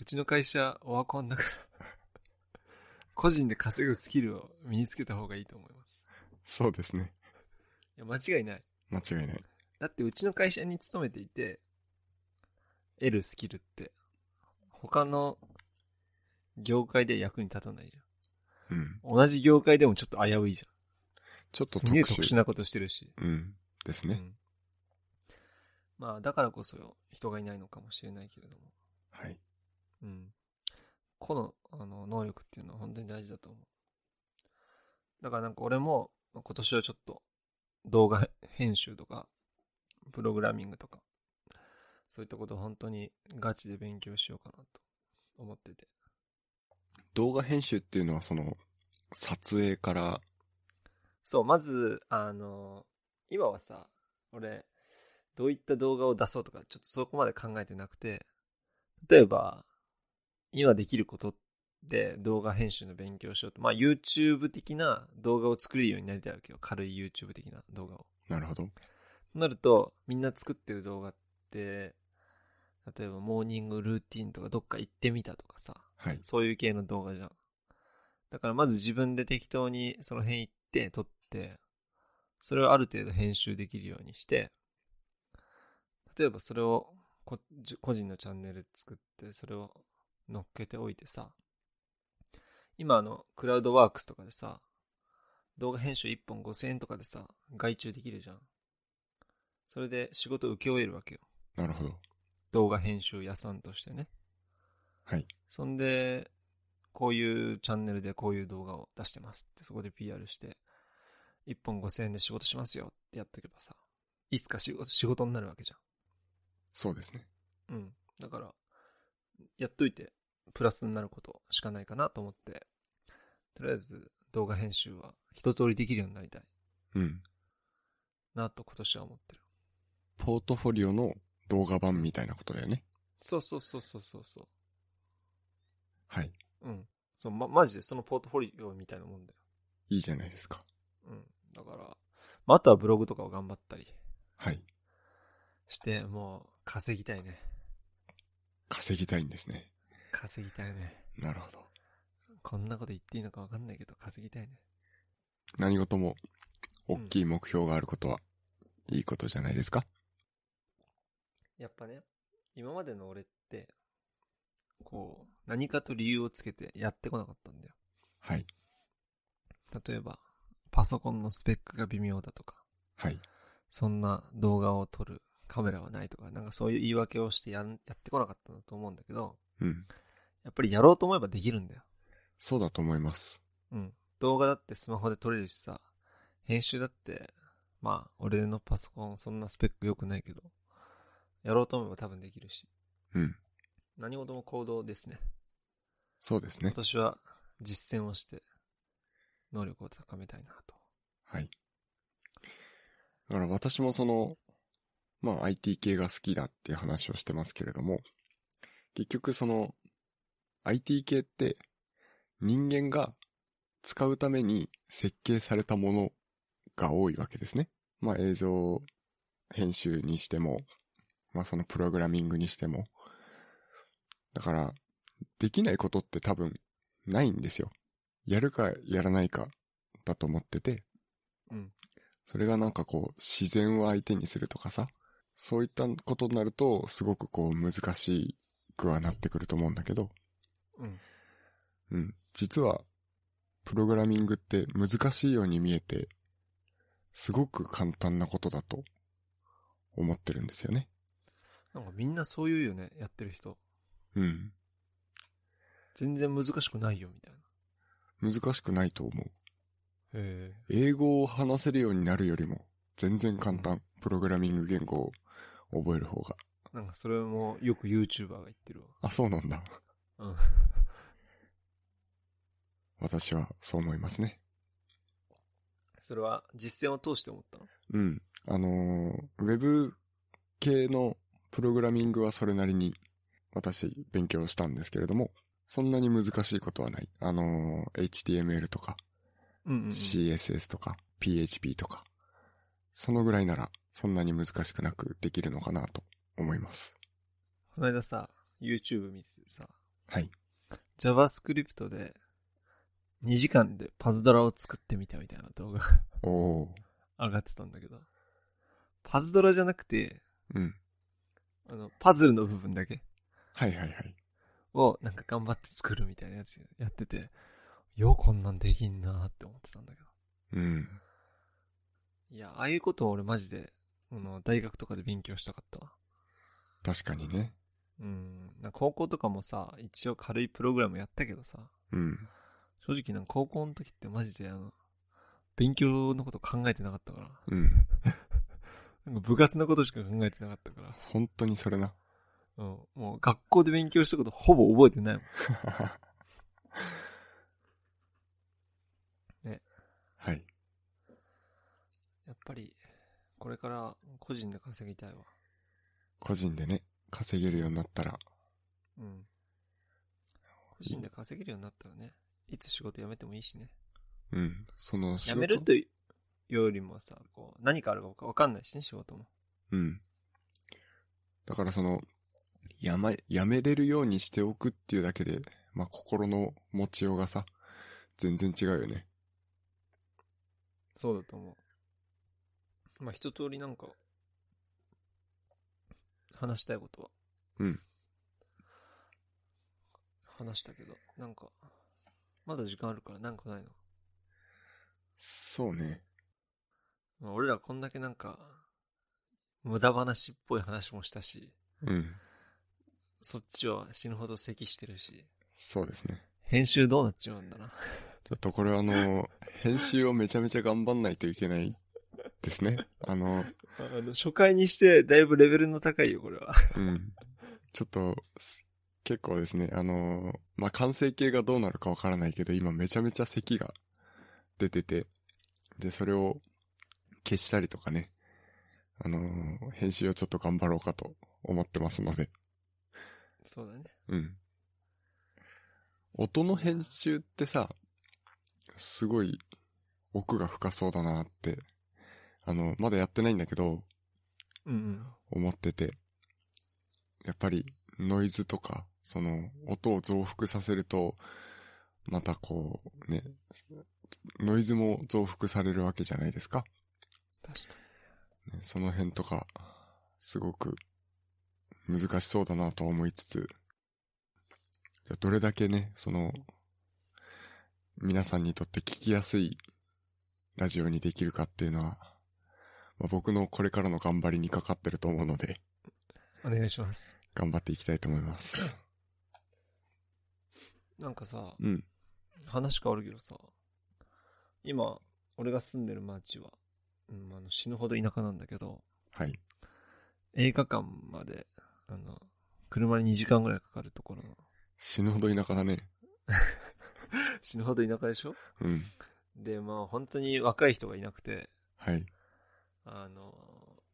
うちの会社、オワコンだから、個人で稼ぐスキルを身につけた方がいいと思います。そうですね。いや、間違いない。間違いない。だって、うちの会社に勤めていて、得るスキルって、他の業界で役に立たないじゃん。うん。同じ業界でもちょっと危ういじゃん。ちょっとす特げえ殊。特殊なことしてるし。うん。ですね。うんまあ、だからこそよ人がいないのかもしれないけれども、はい。うん、個のあの能力っていうのは本当に大事だと思う。だからなんか俺もまあ今年はちょっと動画編集とか、プログラミングとか、そういったことを本当にガチで勉強しようかなと思ってて。動画編集っていうのはその、撮影から、そう、まず、あの、今はさ、俺、どういった動画を出そうとか、ちょっとそこまで考えてなくて、例えば、今できることで動画編集の勉強をしようと、まあ YouTube 的な動画を作れるようになりたいわけよ。軽い YouTube 的な動画を。なるほど。となると、みんな作ってる動画って、例えばモーニングルーティンとかどっか行ってみたとかさ、はい。そういう系の動画じゃん。だからまず自分で適当にその辺行って撮って、それをある程度編集できるようにして、例えばそれをこじ個人のチャンネル作って、それを乗っけておいてさ、今あの、クラウドワークスとかでさ、動画編集1本5000円とかでさ、外注できるじゃん。それで仕事を請け負えるわけよ。なるほど。動画編集屋さんとしてね。はい。そんで、こういうチャンネルでこういう動画を出してますって、そこで PR して、1本5000円で仕事しますよってやっとけばさ、いつか仕事仕事になるわけじそうですね。ゃん。うん。だから、やっといて、プラスになることしかないかなと思って、とりあえず動画編集は一通りできるようになりたい。うん。なと今年は思ってる。ポートフォリオの動画版みたいなことだよね。そうそうそうそうそうそはい。う。うん。そう、ま、マジでそのポートフォリオみたいなもんだよ。いいじゃないですか。うん。だから、まあ、あとはブログとかを頑張ったりはい。して、もう稼ぎたいね。稼ぎたいんですね。稼ぎたいね。なるほど。こんなこと言っていいのかわかんないけど、稼ぎたいね。何事も、大きい目標があることは、いいことじゃないですか。やっぱね、今までの俺って、こう、何かと理由をつけてやってこなかったんだよ。はい。例えば、パソコンのスペックが微妙だとか、はい。そんな動画を撮るカメラはないとか、なんかそういう言い訳をしてやんやってこなかったんだと思うんだけど、うん。やっぱりやろうと思えばできるんだよ。そうだと思います。うん。動画だってスマホで撮れるしさ、編集だって、まあ、俺のパソコンそんなスペック良くないけど、やろうと思えば多分できるし。うん。何事も行動ですね。そうです今ね。年は実践をして、能力を高めたいなと。はい。だから私もその、まあ IT 系が好きだっていう話をしてますけれども、結局その、IT 系って人間が使うために設計されたものが多いわけですね。まあ映像編集にしても、まあそのプログラミングにしても。だから、できないことって多分ないんですよ。やるかやらないかだと思ってて、うん。それがなんかこう、自然を相手にするとかさ、そういったことになると、すごくこう、難しくはなってくると思うんだけど、うん。うん。実は、プログラミングって難しいように見えて、すごく簡単なことだと、思ってるんですよね。なんかみんなそう言うよね、やってる人。うん。全然難しくないよ、みたいな。難しくないと思う。へえ。英語を話せるようになるよりも、全然簡単。プログラミング言語を覚える方が。なんかそれもよく YouTuber が言ってるあ、そうなんだ。わ。うん。私はそう思いますね。 それは実践を通して思ったのうん。あのーウェブ系のプログラミングはそれなりに私勉強したんですけれども、そんなに難しいことはない。あのー HTML とかうんうんうん。 CSS とか PHP とか、そのぐらいならそんなに難しくなくできるのかなと思います。この間さ、YouTube 見ててさ、はい。 JavaScript で2時間でパズドラを作ってみたみたいな動画が おお上がってたんだけど、パズドラじゃなくて、ー。うん。あの、パズルの部分だけはいはいはい。をなんか頑張って作るみたいなやつやってて、ようこんなんできんなーって思ってたんだけど。うん。いや、ああいうことを俺マジで、あの、大学とかで勉強したかったわ。確かにね。うん。なんか高校とかもさ、一応軽いプログラムやったけどさ、うん。正直なんか高校の時ってマジであの、勉強のこと考えてなかったから。うん。なんか部活のことしか考えてなかったから。本当にそれな。うん。もう学校で勉強したことほぼ覚えてないも ねはい。ん。やっぱり、これから個人で稼ぎたいわ。個人でね、稼げるようになったら、うん。個人で稼げるようになったらね、いつ仕事辞めてもいいしね。うん。その仕辞事めるというよりもさ、こう、何かあるかわかんないしね、仕事も。うん。だからその、やま、やめれるようにしておくっていうだけで、まあ、心の持ちようがさ、全然違うよね。そうだと思う。まあ、一通りなんか、話したいことは。うん。話したけど、なんか、まだ時間あるからなんかないの。そうね。まあ、俺らこんだけなんか、無駄話っぽい話もしたし、うん。そっちは死ぬほど咳してるし、そうですね。編集どうなっちまうんだな。ちょっとこれは あの、編集をめちゃめちゃ頑張んないといけないですね。あの、あの、初回にしてだいぶレベルの高いよ、これは。うん。ちょっと、結構ですね、あのーまあ、完成形がどうなるかわからないけど、今めちゃめちゃ咳が出てて、で、それを消したりとかね、あのー編集をちょっと頑張ろうかと思ってますので、そうだね。うん。音の編集ってさ、すごい奥が深そうだなって、あの、まだやってないんだけど、うんうん。思ってて、やっぱりノイズとか、その音を増幅させると、またこうね、ノイズも増幅されるわけじゃないですか。確かねその辺とか、すごく難しそうだなとは思いつつ、じゃあどれだけね、その、皆さんにとって聞きやすいラジオにできるかっていうのは、まあ、僕のこれからの頑張りにかかってると思うので、に。お願いします。頑張っていきたいと思います。なんかさ、うん。話変わるけどさ、今、俺が住んでる町は、うん、あの死ぬほど田舎なんだけど、はい。映画館まで、あの、車に2時間ぐらいかかるところの、死ぬほど田舎だね。死ぬほど田舎でしょうん。で、まあ本当に若い人がいなくて、はい。あの、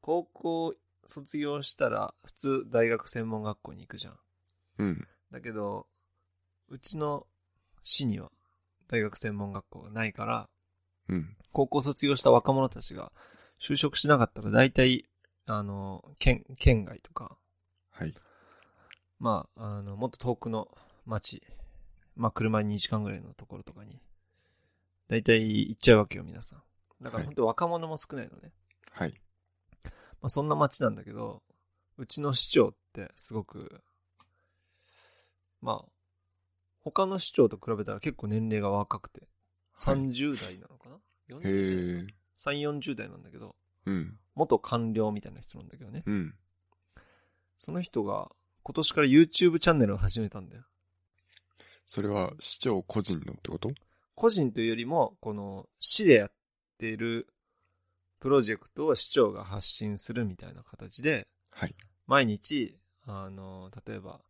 高校卒業したら普通大学専門学校に行くじゃん。うん。だけど、うちの市には大学専門学校がないから、うん。高校卒業した若者たちが就職しなかったら大体、あの、県、県外とか、はい。まあ、あの、もっと遠くの町、まあ、車に2時間ぐらいのところとかに、大体行っちゃうわけよ、皆さん。だから本当若者も少ないのね。はい。まあ、そんな町なんだけど、うちの市長ってすごく、まあ、他の市長と比べたら結構年齢が若くて、30代なのかな、へ ?40 え。代 ?3、40代なんだけど、うん。元官僚みたいな人なんだけどね。うん。その人が今年から YouTube チャンネルを始めたんだよ。それは市長個人のってこと個人というよりも、この市でやっているプロジェクトを市長が発信するみたいな形で、はい。毎日、あの、例えば、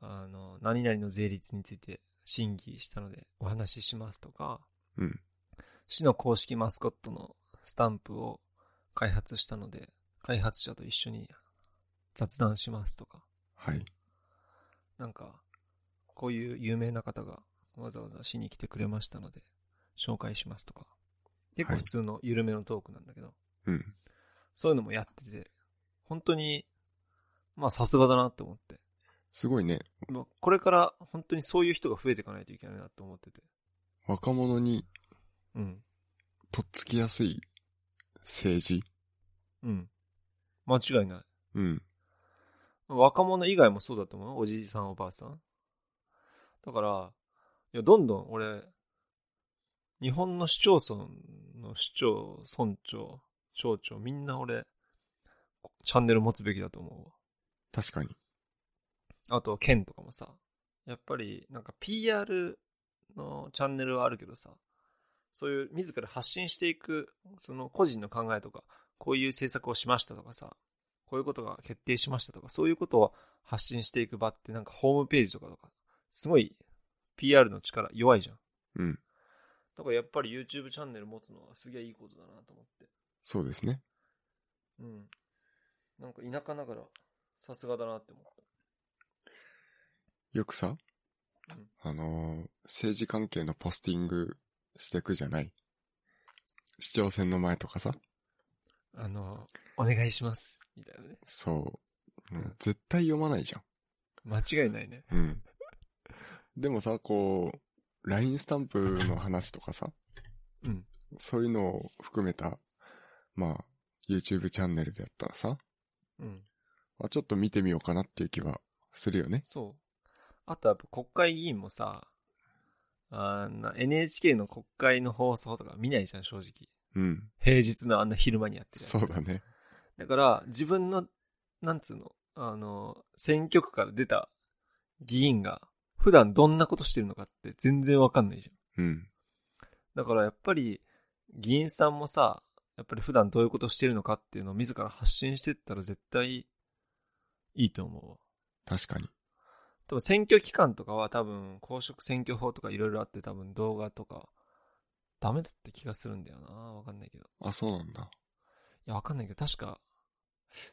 あの、何々の税率について審議したのでお話ししますとか、うん市の公式マスコットのスタンプを開発したので、開発者と一緒に雑談しますとか、はい。なんか、こういう有名な方がわざわざ市に来てくれましたので、紹介しますとか、結構はい普通の緩めのトークなんだけど、うん。そういうのもやってて、本当に、まあさすがだなって思って。すごいね。まあ、これから本当にそういう人が増えていかないといけないなと思ってて。若者にうん。とっつきやすい政治。うん。間違いない。うん。若者以外もそうだと思うよおじいさんおばあさん。だから、いや、どんどん俺、日本の市町村の市長、村長、町長、みんな俺、チャンネル持つべきだと思うわ。確かに。あと、県とかもさ、やっぱり、なんか PR のチャンネルはあるけどさ、そういう自ら発信していく、その個人の考えとか、こういう政策をしましたとかさ、こういうことが決定しましたとか、そういうことを発信していく場って、なんかホームページとかとか、すごい PR の力弱いじゃん。うん。だからやっぱり YouTube チャンネル持つのはすげえいいことだなと思って。そうですね。うん。なんか田舎ながら、さすがだなって思った。よくさうん、あのー政治関係のポスティングしてくじゃない市長選の前とかさ。あの、お願いします。みたいなね。そう。もううん絶対読まないじゃん。間違いないね。うん。でもさ、こう、LINE スタンプの話とかさ、うん。そういうのを含めた、まあ、YouTube チャンネルでやったらさ、うん。まあ、ちょっと見てみようかなっていう気はするよね。そう。あとはやっぱ国会議員もさ、あんな NHK の国会の放送とか見ないじゃん、正直。うん。平日のあんな昼間にやってるやつそうだね。だから、自分の、なんつうの、あの、選挙区から出た議員が、普段どんなことしてるのかって全然わかんないじゃん。うん。だからやっぱり、議員さんもさ、やっぱり普段どういうことしてるのかっていうのを自ら発信してったら絶対いいと思うわ。確かに。多分選挙期間とかは多分公職選挙法とかいろいろあって多分動画とかダメだった気がするんだよな。わかんないけど。あ、そうなんだ。いや、わかんないけど、確か、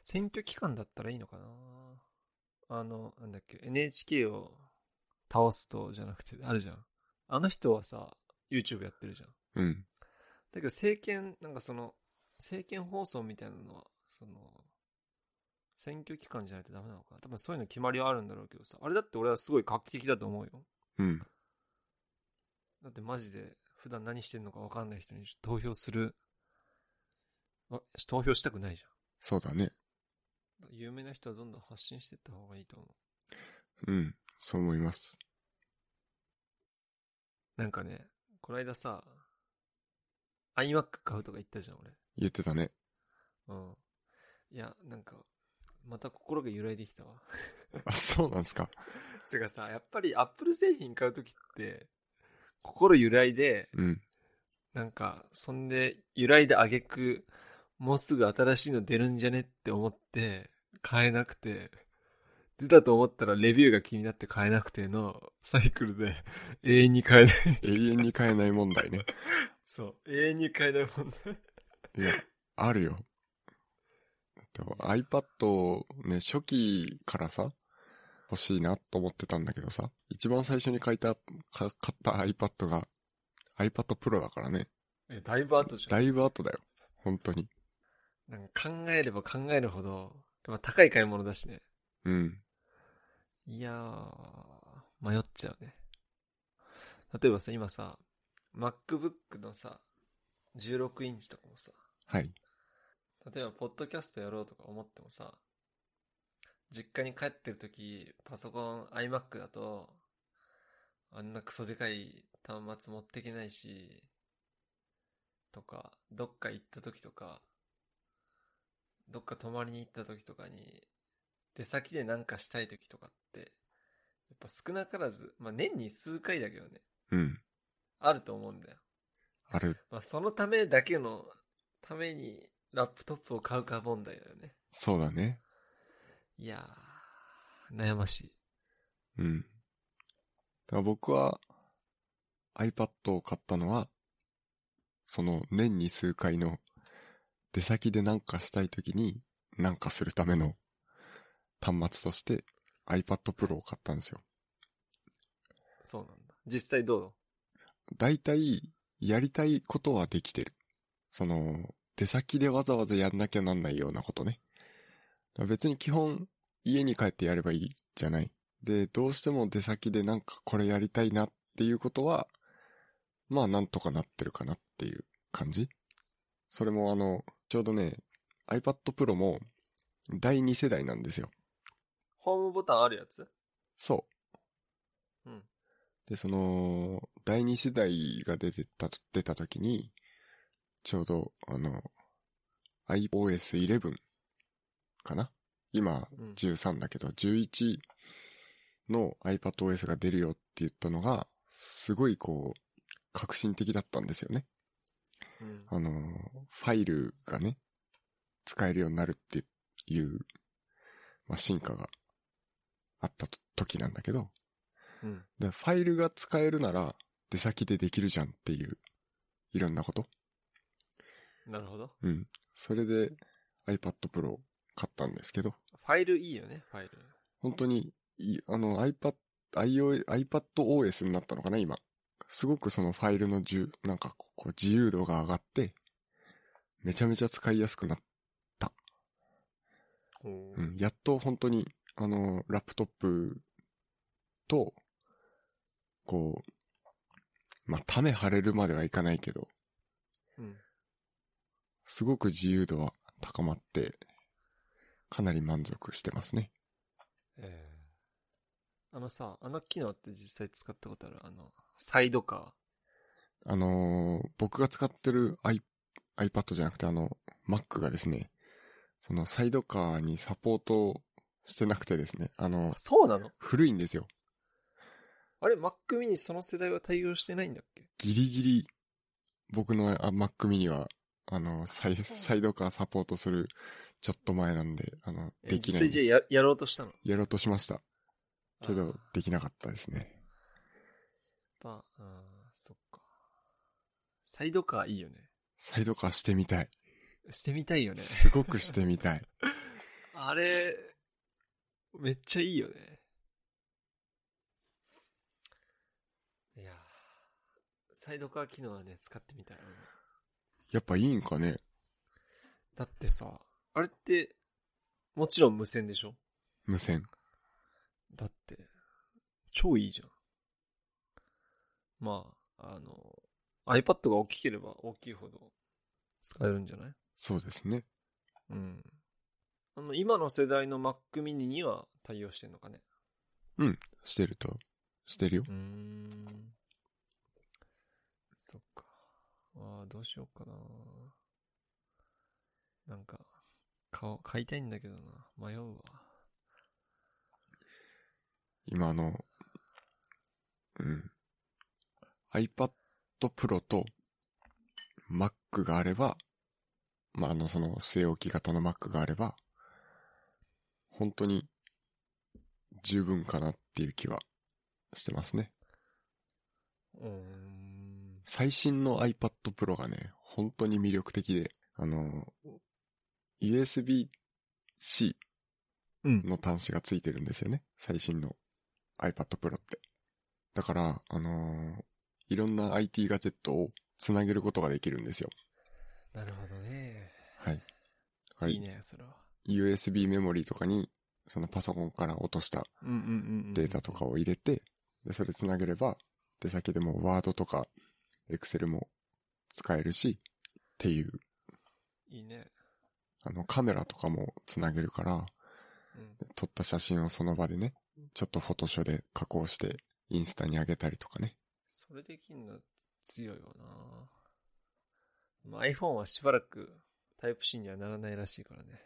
選挙期間だったらいいのかなあの、なんだっけ、NHK を倒すと、じゃなくて、あるじゃん。あの人はさ、YouTube やってるじゃん。うん。だけど政権、なんかその、政権放送みたいなのは、その、選挙期間じゃないとダメなのかな多分そういうの決まりはあるんだろうけどさ、あれだって俺はすごい画期的だと思うよ。うん。だってマジで普段何してんのか分かんない人に投票する、わ投票したくないじそうだね。ゃん。有名な人はどんどん発信していった方がいいと思うん。そう思います。う。なんかね、こないださ、iMac 買うとか言ったじゃん、俺。言ってたね。うん。いや、なんか、また心が揺らいできたわ。あ、そうなんすか。 つうかさ、やっぱり Apple 製品買うときって、心揺らいで、うん。なんか、そんで、揺らいであげく、もうすぐ新しいの出るんじゃねって思って、買えなくて、出たと思ったらレビューが気になって買えなくてのサイクルで永遠に買えない。永遠に買えない問題ね。そう。永遠に買えないもんね。いや、あるよ。でも iPad ね、初期からさ、欲しいなと思ってたんだけどさ、一番最初に買いた、か買った iPad が iPad Pro だからね。 え、だいぶ後じゃだいぶ後だよ。本当に。ん。なんか考えれば考えるほど、やっぱ高い買い物だしね。うん。いやー、迷っちゃうね。例えばさ、今さ、MacBook のさ、16インチとかもさ、はい。例えば、ポッドキャストやろうとか思ってもさ、実家に帰ってる時、パソコン iMac だと、あんなクソでかい端末持ってけないし、とか、どっか行った時とか、どっか泊まりに行った時とかに、出先でなんかしたい時とかって、やっぱ少なからず、まあ年に数回だけどね、うん。あると思うんだよ。ある。まあそのためだけの、ためにラップトップを買うか問題だよね。そうだね。いやー、悩ましい。うん。だから僕は iPad を買ったのは、その年に数回の出先で何かしたい時に何かするための端末として iPad Pro を買ったんですよ。そうなんだ。実際どうだいたいやりたいことはできてる。その、出先でわざわざやんなきゃなんないようなことね。だから別に基本家に帰ってやればいいじゃない。で、どうしても出先でなんかこれやりたいなっていうことは、まあなんとかなってるかなっていう感じ。それもあの、ちょうどね、iPad Pro も第2世代なんですよ。ホームボタンあるやつそう。うん。で、その、第二世代が出てた、出た時に、ちょうど、あの、iOS 11かな今うん、 13だけど、11の iPadOS が出るよって言ったのが、すごいこう、革新的だったんですよね。うん。あの、ファイルがね、使えるようになるっていう、まあ、進化があったと時なんだけど、うん。で、ファイルが使えるなら、出先でできるじゃんっていう、いろんなこと。なるほど。うん。それで iPad Pro を買ったんですけど、ファイルいいよね、ファイル。本当にいい、あの iPad、iOS、iPadOS になったのかな、今。すごくそのファイルのじゅ、なんかこう、こう自由度が上がって、めちゃめちゃ使いやすくなっほうん、やっと本当に、あの、ラップトップと、こう、まあ、ため張れるまではいかないけど、うん。すごく自由度は高まって、かなり満足してますね。えーあのさ、あの機能って実際使ったことあるあの、サイドカあのー僕が使ってる i、iPad じゃなくてあの、Mac がですね、そのサイドカーにサポートしてなくてですね、あー。のあ、そうなの古いんですよ。あれ、Mac mini その世代は対応してないんだっけギリギリ、僕のあ Mac mini は、あの、サイそうサイドカーサポートする、ちょっと前なんで、あの、えできないん実際でじす。ゃあややろうとしたのやろうとしました。あけーやっど、できなかったですね。ぱ、あーそっか。サイドカーいいよね。サイドカーしてみたい。してみたいよね。 すごくしてみたい。あれ、めっちゃいいよね。いやーサイドカー機能はね、使ってみたい。やっぱいいんかねだってさ、あれって、もちろん無線でしょ無線。だって、超いいじゃん。まあ、あの、iPad が大きければ大きいほど使えるんじゃないそうですね。うん。あの、今の世代の Mac mini には対応してんのかねしてると。してるよう。ーん。そっか。ああ、どうしようかな。なんか、顔、買いたいんだけどな。迷うわ。今あの、うん。iPad Pro と Mac があれば、まあ、あの、その、据え置き型の Mac があれば、本当に、十分かなっていう気はしてますね。うーん。最新の iPad Pro がね、本当に魅力的で、あの、USB-C うん。の端子がついてるんですよね。最新の iPad Pro って。だから、あのーいろんな IT ガジェットをつなげることができるんですよ。なるほどね。はい。だからいいね、それは。 USB メモリーとかに、そのパソコンから落としたうんうんうん、うん。データとかを入れて、で、それつなげれば、出先でも Word とか Excel も使えるし、っていう、いいね。あの、カメラとかもつなげるから、うん。撮った写真をその場でね、ちょっとフォトショーで加工して、インスタに上げたりとかね。それできんの強いよな。まあ、iPhone はしばらくタイプ C にはならないらしいからね。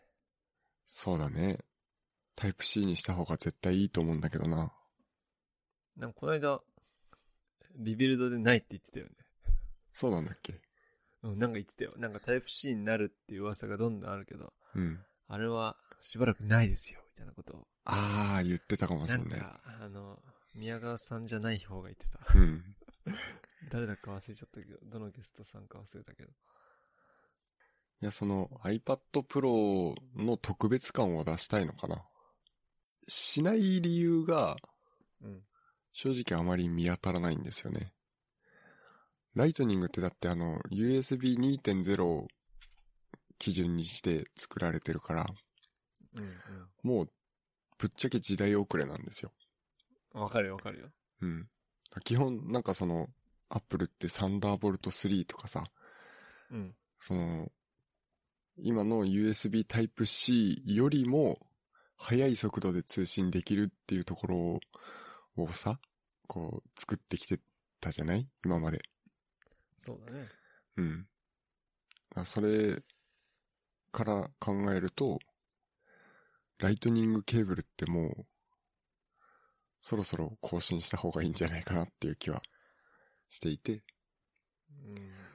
そうだね。タイプ C にした方が絶対いいと思うんだけどな。なんかこの間、リビルドでないって言ってたよね。そうなんだっけうん、なんか言ってたよ。なんかタイプ C になるっていう噂がどんどんあるけど、うん。あれはしばらくないですよ、みたいなことを。ああ、言ってたかもしなれんない。か、あの、宮川さんじゃない方が言ってた。うん。誰だか忘れちゃったけど、どのゲストさんか忘れたけど。いや、その iPad Pro の特別感を出したいのかな。しない理由がうん。正直あまり見当たらないんですよね。ライトニングってだってあの USB 2.0を基準にして作られてるから、うんもうぶっちゃけ時代遅れなんですよ。うん。わかるよわかるよ。うん。基本、なんかその、アップルってサンダーボルト3とかさ、うん。その、今の USB Type-C よりも、速い速度で通信できるっていうところをさ、こう、作ってきてたじゃない今まで。そうだね。うん。あそれから考えると、ライトニングケーブルってもう、そろそろ更新した方がいいんじゃないかなっていう気はしていて、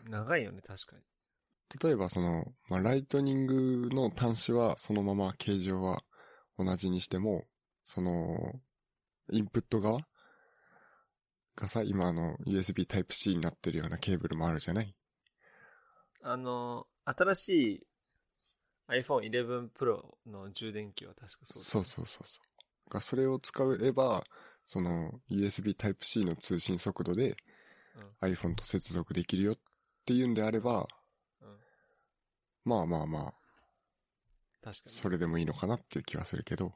うん。長いよね、確かに。例えばその、まあ、ライトニングの端子はそのまま形状は同じにしても、その、インプット側がさ、今あの USB Type-C になってるようなケーブルもあるじゃないあの、新しい iPhone 11 Pro の充電器は確かそうだそうそうそうそう。がそれを使えば、その USB Type-C の通信速度で iPhone と接続できるよっていうんであれば、うん。うん。まあまあまあ、確かに。それでもいいのかなっていう気はするけど。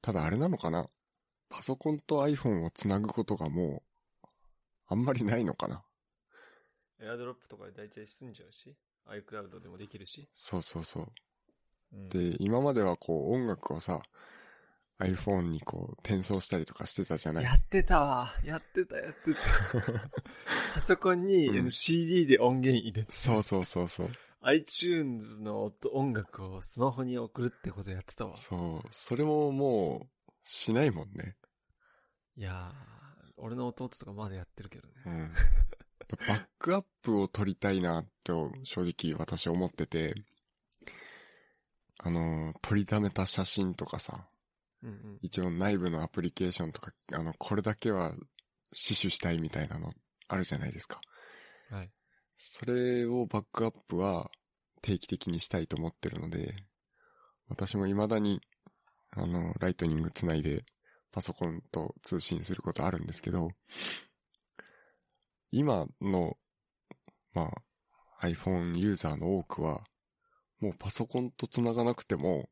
ただあれなのかなパソコンと iPhone をつなぐことがもう、あんまりないのかなエアドロップとかで大体済んじゃうし、iCloud でもできるし。そうそうそう。うん、で、今まではこう音楽をさ、iPhone にこう転送したりとかしてたじゃないやってたわ。やってた、や ってた。パソコンに、うんあの CD で音源入れて、そうそうそうそう。 iTunes の音音楽をスマホに送るってことやってたわ。そう、それももう、しないもんね。いやー、俺の弟とかまだやってるけどね。ん。バックアップを取りたいな、と、正直私思ってて、あの、取りためた写真とかさ、うんうん。一応内部のアプリケーションとか、あの、これだけは死守したいみたいなの、あるじゃないですか。はい。それをバックアップは定期的にしたいと思ってるので、私も未だに、あの、ライトニングつないでパソコンと通信することあるんですけど、今の、まあ、iPhone ユーザーの多くは、もうパソコンと繋がなくても、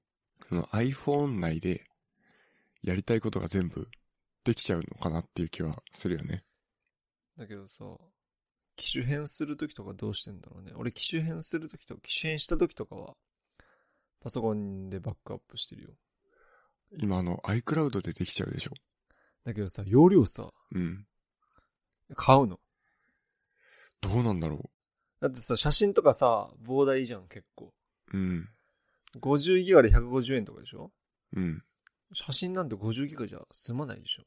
その iPhone 内でやりたいことが全部できちゃうのかなっていう気はするよね。だけどさ、機種変するときとかどうしてんだろうね。俺機種変するときとか、機種変したときとかは、パソコンでバックアップしてるよ。今あの iCloud でできちゃうでしょ。だけどさ、容量さ、うん。買うの。どうなんだろう。だってさ、写真とかさ、膨大じゃん、結構。うん。 50ギガで150円とかでしょうん。写真なんて50ギガじゃ済まないでしょ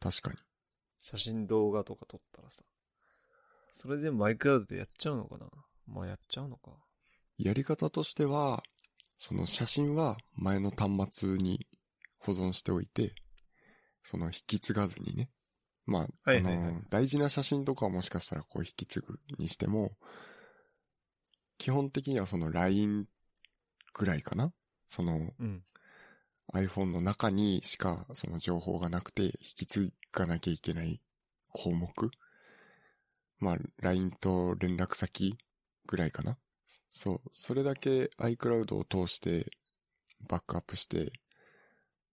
確かに。写真動画とか撮ったらさ。それでマイクラウドでやっちゃうのかなまあやっちゃうのか。やり方としては、その写真は前の端末に保存しておいて、その引き継がずにね。まあ、はいはいはいあの、大事な写真とかはもしかしたらこう引き継ぐにしても、基本的にはその LINE ぐらいかなそのうん。 iPhone の中にしかその情報がなくて引き継がなきゃいけない項目。まあ、LINE と連絡先ぐらいかな。そう。それだけ iCloud を通してバックアップして、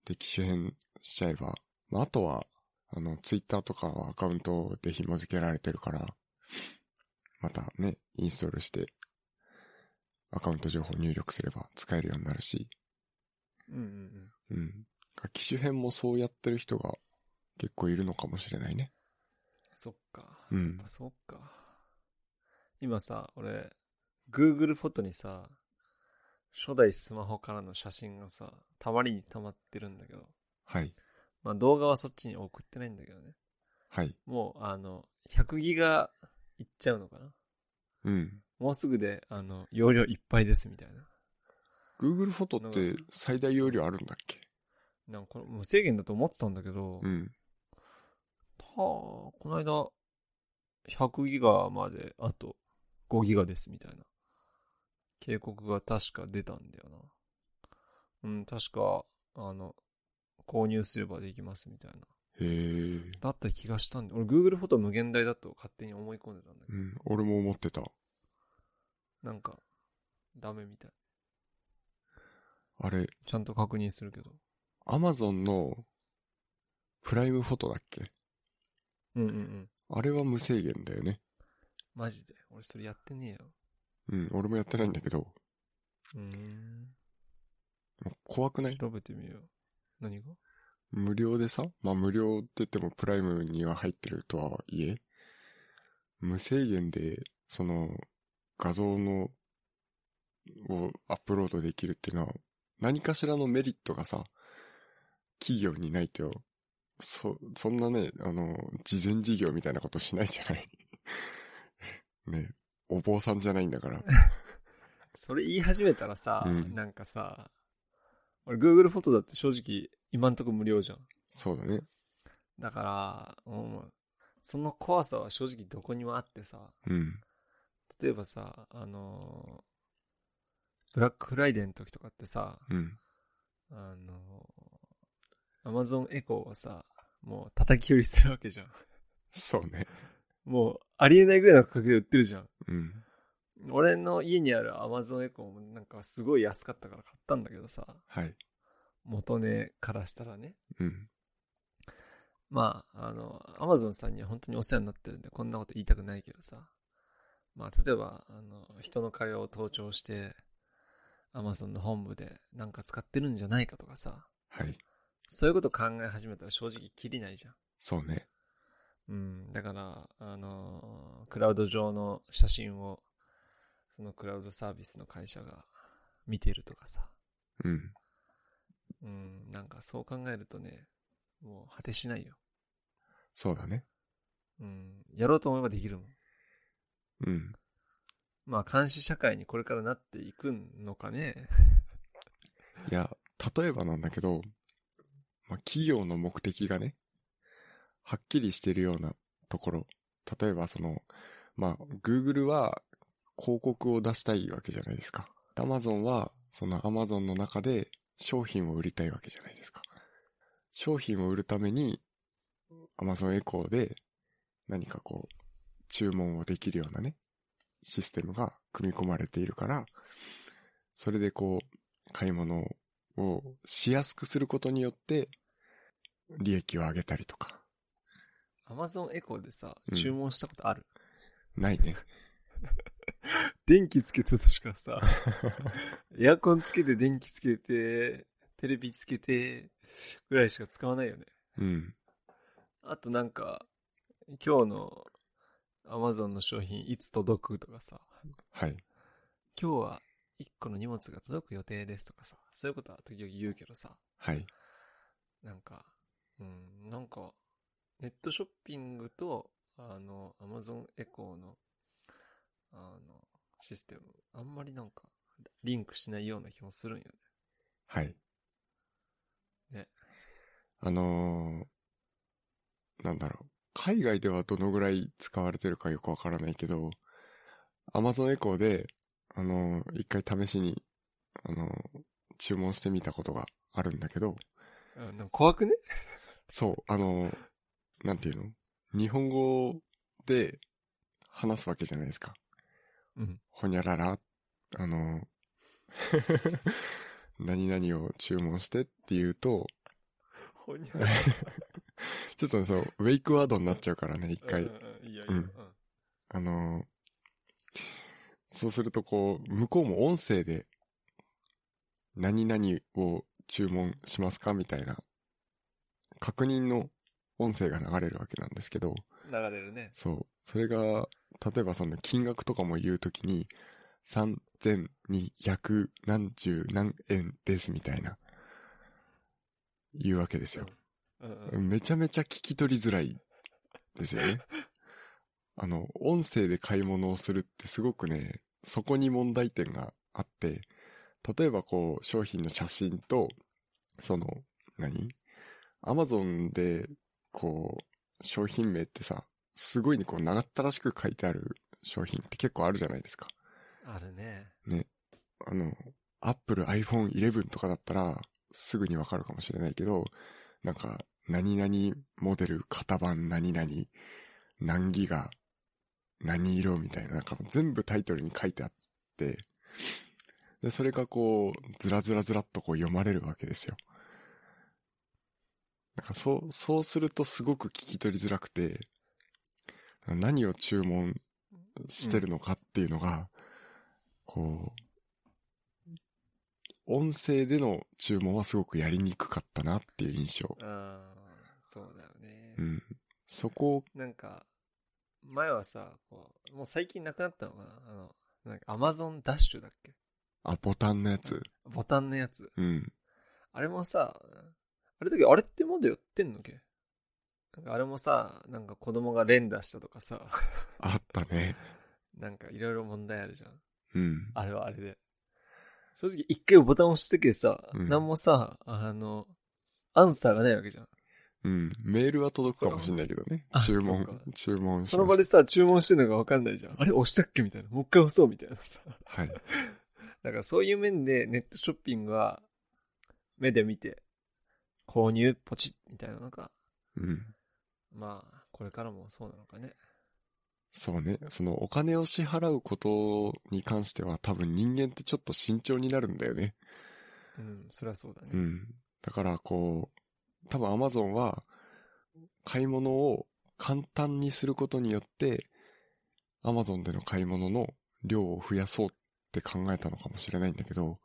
で、機種変しちゃえば。まあ、あとは、あの、Twitter とかはアカウントで紐付けられてるから、またね、インストールして、アカウント情報入力すれば使えるようになるし。うんうんうん。うん。機種編もそうやってる人が結構いるのかもしれないね。そっか。うんやっぱそっか。今さ、俺、Google フォトにさ、初代スマホからの写真がさ、たまりに溜まってるんだけど、はい。まあ動画はそっちに送ってないんだけどね。はい。もう、あの、100ギガいっちゃうのかなうん。もうすぐで、あの、容量いっぱいですみたいな。 Google フォトって最大容量あるんだっけなんかこれ無制限だと思ってたんだけど、うん。たこの間、100ギガまであと5ギガですみたいな警告が確か出たんだよな。うん、確か、あの、購入すればできますみたいな。へえ。だった気がしたんで、俺 Google フォト無限大だと勝手に思い込んでたんだけうど、ん。俺も思ってた。なんか、ダメみたい。あれ、ちゃんと確認するけど。 Amazon のプライムフォトだっけうんうんうん。あれは無制限だよね。マジで。俺それやってねえよ。うん。俺もやってないんだけど、うーん。怖くない調べてみよう。何が無料でさまあ無料って言ってもプライムには入ってるとはいえ、無制限で、その、画像の、をアップロードできるっていうのは、何かしらのメリットがさ、企業にないと、そ、そんなね、あの、事前事業みたいなことしないじゃない。 ね、お坊さんじゃないんだから。それ言い始めたらさ、うんなんかさ、俺 Google フォトだって正直今んとこ無料じゃん。そうだね。だから、うん、その怖さは正直どこにもあってさ、うん。例えばさ、あのーブラックフライデーの時とかってさ、うん。あのー、Amazon エコーはさ、もう叩き売りするわけじゃん。 そうね。もうありえないぐらいの価格で売ってるじゃん。うん。俺の家にある Amazon エコーもなんかすごい安かったから買ったんだけどさ、はい。元値からしたらね。うん。まあ、あの、アマゾンさんには本当にお世話になってるんで、こんなこと言いたくないけどさ。まあ、例えば、あの、人の会話を盗聴して、アマゾンの本部でなんか使ってるんじゃないかとかさ、はい。そういうこと考え始めたら正直きりないじゃん。そうね。うん、だから、あの、クラウド上の写真を、そのクラウドサービスの会社が見てるとかさ、うん。うん、なんかそう考えるとね、もう果てしないよ。そうだね。うん、やろうと思えばできるもん。うん。まあ監視社会にこれからなっていくのか ね。いや、例えばなんだけど、まあ、企業の目的がね、はっきりしてるようなところ。例えばその、まあ、Google は広告を出したいわけじゃないですか。Amazon は、その Amazon の中で商品を売りたいわけじゃないですか。商品を売るために、Amazon エコーで何かこう、注文をできるようなね、システムが組み込まれているから、それでこう、買い物をしやすくすることによって、利益を上げたりとか。アマゾンエコーでさう、ん注文したことある、ないね。電気つけたとしか さ、エアコンつけて電気つけて、テレビつけて、ぐらいしか使わないよね。うん。あとなんか、今日の Amazon の商品いつ届くとかさ、はい。今日は1個の荷物が届く予定ですとかさ、そういうことは時々言うけどさ、はい。なんか、うん、なんか、ネットショッピングと、あの、Amazon エコーの、あの、システム、あんまりなんか、リンクしないような気もするんよね。はい。ね。あのー、なんだろう。海外ではどのぐらい使われてるかよくわからないけど、Amazon エコーで、あのー一回試しに、あのー注文してみたことがあるんだけど、あなんか怖くねそう、あのーなんていうの日本語で話すわけじゃないですか。うん。ほにゃらら、あの、何々を注文してって言うと、 ほにゃららちょっとねそう、ウェイクワードになっちゃうからね、一う回ん。うんうんいやいや、うんあの、そうするとこう、向こうも音声で、何々を注文しますかみたいな、確認の音声が流れるわけなんですけど、うん流れるね。そう。それが、例えばその金額とかも言うときに、3200何十何円ですみたいな、言うわけですよ。うんうんめちゃめちゃ聞き取りづらいで すよね。あの、音声で買い物をするってすごくね、そこに問題点があって、例えばこう、商品の写真と、その、何アマゾンで、こう、商品名ってさ、すごいにこう、長ったらしく書いてある商品って結構あるじゃないですか。あるね。あの、Apple iPhone 11とかだったら、すぐにわかるかもしれないけど、なんか、何々モデル、型番何々、何ギガ、何色みたいな、なんか全部タイトルに書いてあって、で、それがこう、ずらずらずらっとこう読まれるわけですよ。なんかそう、そうするとすごく聞き取りづらくて、何を注文してるのかっていうのが、こう、音声での注文はすごくやりにくかったなっていう印象。ああ、そうだよね。うん。そこを、なんか、前はさ、こう、もう最近なくなったのかなあの、なんか Amazon ダッシュだっけあ、ボタンのやつ。ボタンのやつ。うん。あれもさ、あれだけど、あれってまだやってんのっけなんかあれもさ、なんか子供が連打したとかさ、 あったね。なんかいろいろ問題あるじゃん。うん。あれはあれで。正直一回ボタン押したけどさ、うんなんもさ、あの、アンサーがないわけじゃん。うん。メールは届くかもしれないけどねあ。注そう文か、注文しましたその場でさ、注文してるのがわかんないじゃん。あれ押したっけみたいな。もう一回押そうみたいなさ。はい。だからそういう面でネットショッピングは目で見て購入ポチッみたいなのがうん。まあこれからもそうなのかね。そうね。そのお金を支払うことに関しては多分人間ってちょっと慎重になるんだよね。うん、そりゃそうだね。うん。だからこう、多分 Amazon は買い物を簡単にすることによって、Amazon での買い物の量を増やそうって考えたのかもしれないんだけど、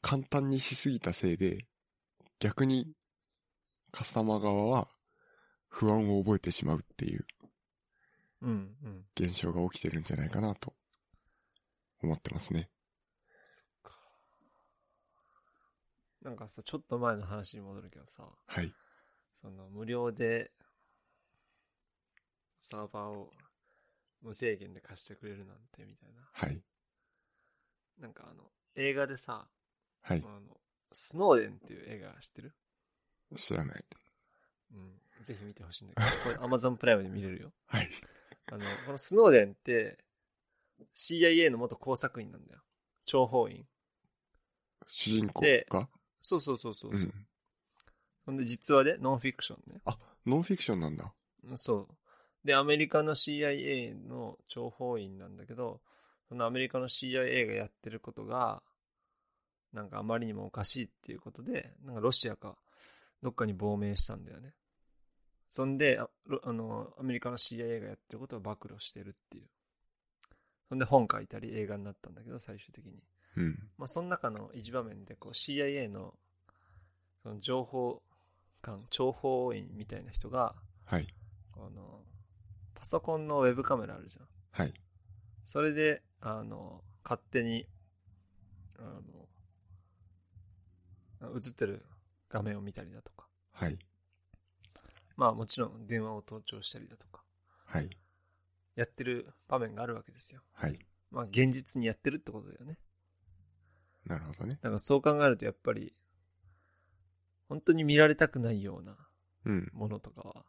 簡単にしすぎたせいで、逆にカスタマー側は不安を覚えてしまうっていううん、うん。現象が起きてるんじゃないかなと思ってますね。なんかさ、ちょっと前の話に戻るけどさ、はい。その無料でサーバーを無制限で貸してくれるなんてみたいな。はい。なんかあの映画でさ、はあい。のスノーデンっていう映画知ってる知らない。 うん。ぜひ見てほしいんだけど、これ Amazon プライムで見れるよ。はい。あの、このスノーデンって CIA の元工作員なんだよ。諜報員。主人公でがそうそうそうそう。うん。ほんで実話でノンフィクションね。ノンフィクションなんだ。そう。で、アメリカの CIA の諜報員なんだけど、そのアメリカの CIA がやってることが、なんかあまりにもおかしいっていうことで、なんかロシアか、どっかに亡命したんだよね。そんで、あロあの、アメリカの CIA がやってることを暴露してるっていう。そんで本書いたり映画になったんだけど、最終的に。うん。まあ、その中の一場面でこう CIA のその情報官、諜報員みたいな人が、はい。あの、パソコンのウェブカメラあるじゃん。はい。それで、あの、勝手に、あの、映ってる画面を見たりだとか。はい。まあもちろん電話を盗聴したりだとか、はい。やってる場面があるわけですよ。はい。まあ現実にやってるってことだよね。なるほどね。だからそう考えるとやっぱり、本当に見られたくないようなうん。ものとかは、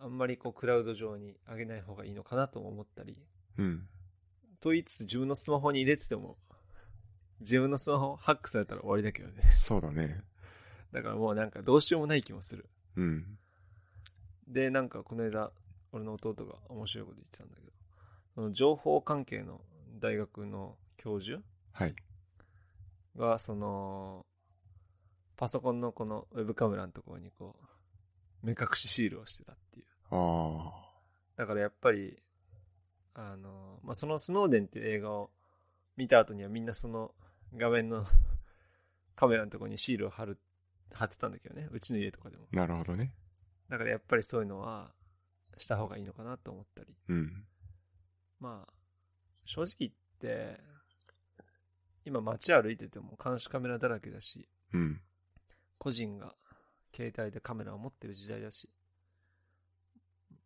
あんまりこうクラウド上に上げない方がいいのかなとも思ったり、うん。と言いつつ自分のスマホに入れてても、自分のスマホハックされたら終わりだけどね。 そうだね。だからもうなんかどうしようもない気もする。うん。で、なんかこの間、俺の弟が面白いこと言ってたんだけど、その情報関係の大学の教授はい。が、その、パソコンのこのウェブカメラのところにこう、目隠しシールをしてたっていう。あだからやっぱり、あの、まあ、そのスノーデンっていう映画を見た後にはみんなその画面の カメラのところにシールを貼る、貼ってたんだけどね。うちの家とかでも。あ。なるほどね。だからやっぱりそういうのはした方がいいのかなと思ったり。うん。まあ、正直言って、今街歩いてても監視カメラだらけだし、うん。個人が携帯でカメラを持ってる時代だし、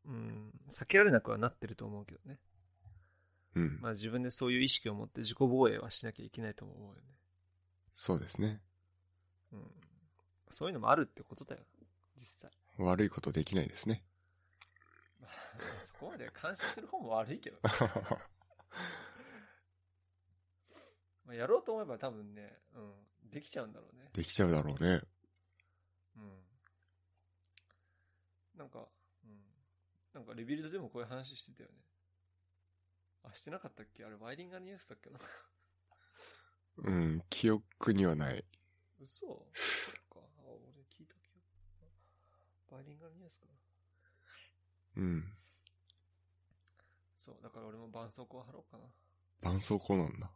うん、避けられなくはなってると思うけどね。うん。まあ自分でそういう意識を持って自己防衛はしなきゃいけないとも思うよね。そうですね。うん。そういうのもあるってことだよ。実際。 悪いことできないですね。 そこまで監視する方も悪いけど。 まあやろうと思えば多分ね、うん、できちゃうんだろうね。できちゃうだろうね。うん。なんか、うん。なんかレビルドでもこういう話してたよね。あ、してなかったっけあれ、ワイリンガーニュースだっ けな。うん。記憶にはない。嘘そっか。あ、俺聞いたけど。バイリンガルニュースかな。うん。そう、だから俺も絆創膏貼ろうかな。絆創膏なんだ。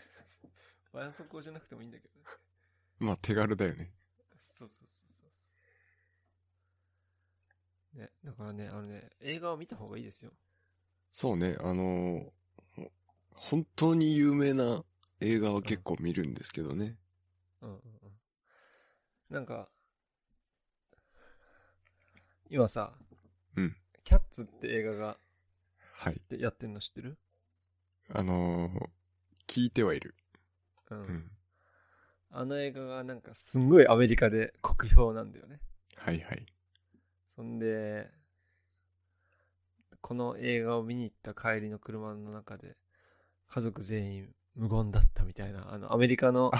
絆創膏じゃなくてもいいんだけどね。まあ手軽だよね。そうそうそうそうそう。ね、だからね、あのね、映画を見た方がいいですよ。そうね。あのー本当に有名な映画は結構見るんですけどね。うんうんうん。なんか、今さ、うんキャッツって映画がはい。でやってんの知ってるあのー聞いてはいる。うん。うん。あの映画がなんかすんごいアメリカで酷評なんだよね。はいはい。そんで、この映画を見に行った帰りの車の中で、家族全員無言だったみたいな、あの、アメリカの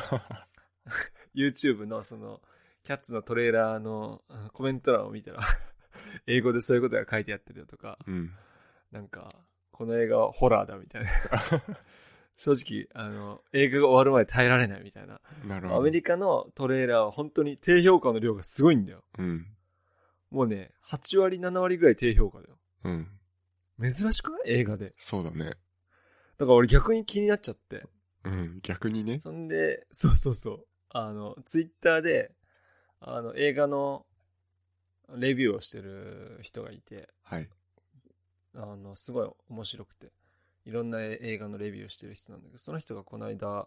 YouTube のその、キャッツのトレーラーのあのコメント欄を見たら、 英語でそういうことが書いてあってるよとか、うん。なんか、この映画はホラーだみたいな。正直、あの、映画が終わるまで耐えられないみたいな。なるほど。アメリカのトレーラーは本当に低評価の量がすごいんだよ。うん。もうね、8割、7割ぐらい低評価だよ。うん。珍しくない映画で。そうだね。だから俺逆に気になっちゃって。うん。逆にね。そんで、そうそうそう。あの、ツイッターで、あの、映画のレビューをしてる人がいて、はい。あの、すごい面白くて、いろんな映画のレビューをしてる人なんだけど、その人がこの間、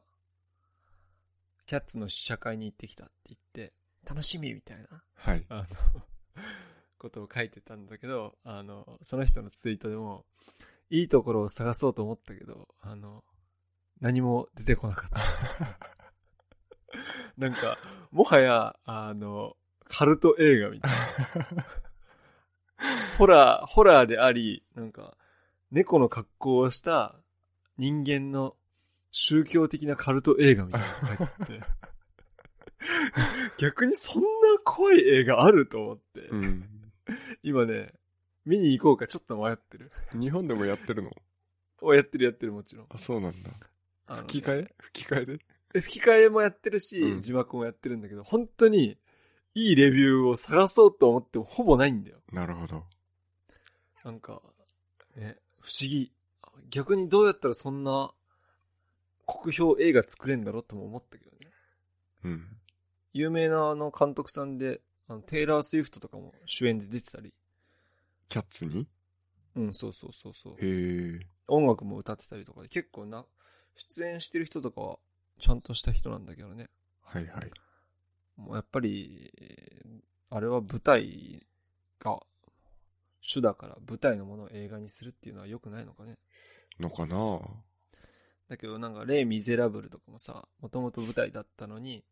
キャッツの試写会に行ってきたって言って、楽しみみたいな。はい。あの、 ことを書いてたんだけど、あの、その人のツイートでも、いいところを探そうと思ったけど、あの、何も出てこなかった。 なんか、もはや、あの、カルト映画みたいな。 ホラー、ホラーであり、なんか、猫の格好をした人間の宗教的なカルト映画みたいなのが入 ってて逆にそんな怖い映画あると思って、うん。今ね、見に行こうかちょっと迷ってる。日本でもやってるのおやってるやってるもちろん。あ、そうなんだ。あのね吹き替え吹き替えでえ吹き替えもやってるし、うん字幕もやってるんだけど、本当にいいレビューを探そうと思ってもほぼないんだよ。なるほど。なんか、ね、不思議。逆にどうやったらそんな国評映画作れんだろうとも思ったけどね。うん。有名なあの監督さんで、あのテイラー・スウィフトとかも主演で出てたり、キャッツにうん、そうそうそうそう。へえ。音楽も歌ってたりとかで、結構な、出演してる人とかはちゃんとした人なんだけどね。はいはい。もうやっぱり、えーあれは舞台が主だから舞台のものを映画にするっていうのは良くないのかね。のかなはだけどなんか、レイ・ミゼラブルとかもさ、もともと舞台だったのにい。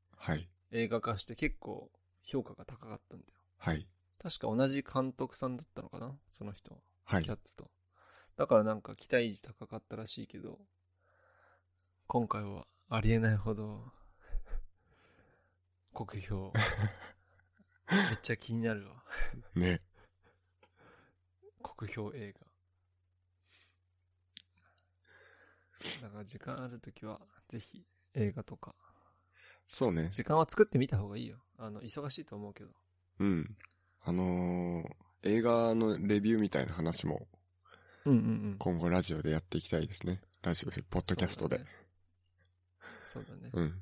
映画化して結構評価が高かったんだよ。はい。確か同じ監督さんだったのかなその人。はいキャ。ッツと。だからなんか期待値高かったらしいけど、今回はありえないほど、 国評。めっちゃ気になるわ。ね。国評映画。だから時間あるときは、ぜひ映画とか、そうね。時間は作ってみた方がいいよ。あの、忙しいと思うけど。うん。あのー、映画のレビューみたいな話もうんうんうん。今後ラジオでやっていきたいですね。ラジオ、ポッドキャストで。うそうだね。そうだね。ん。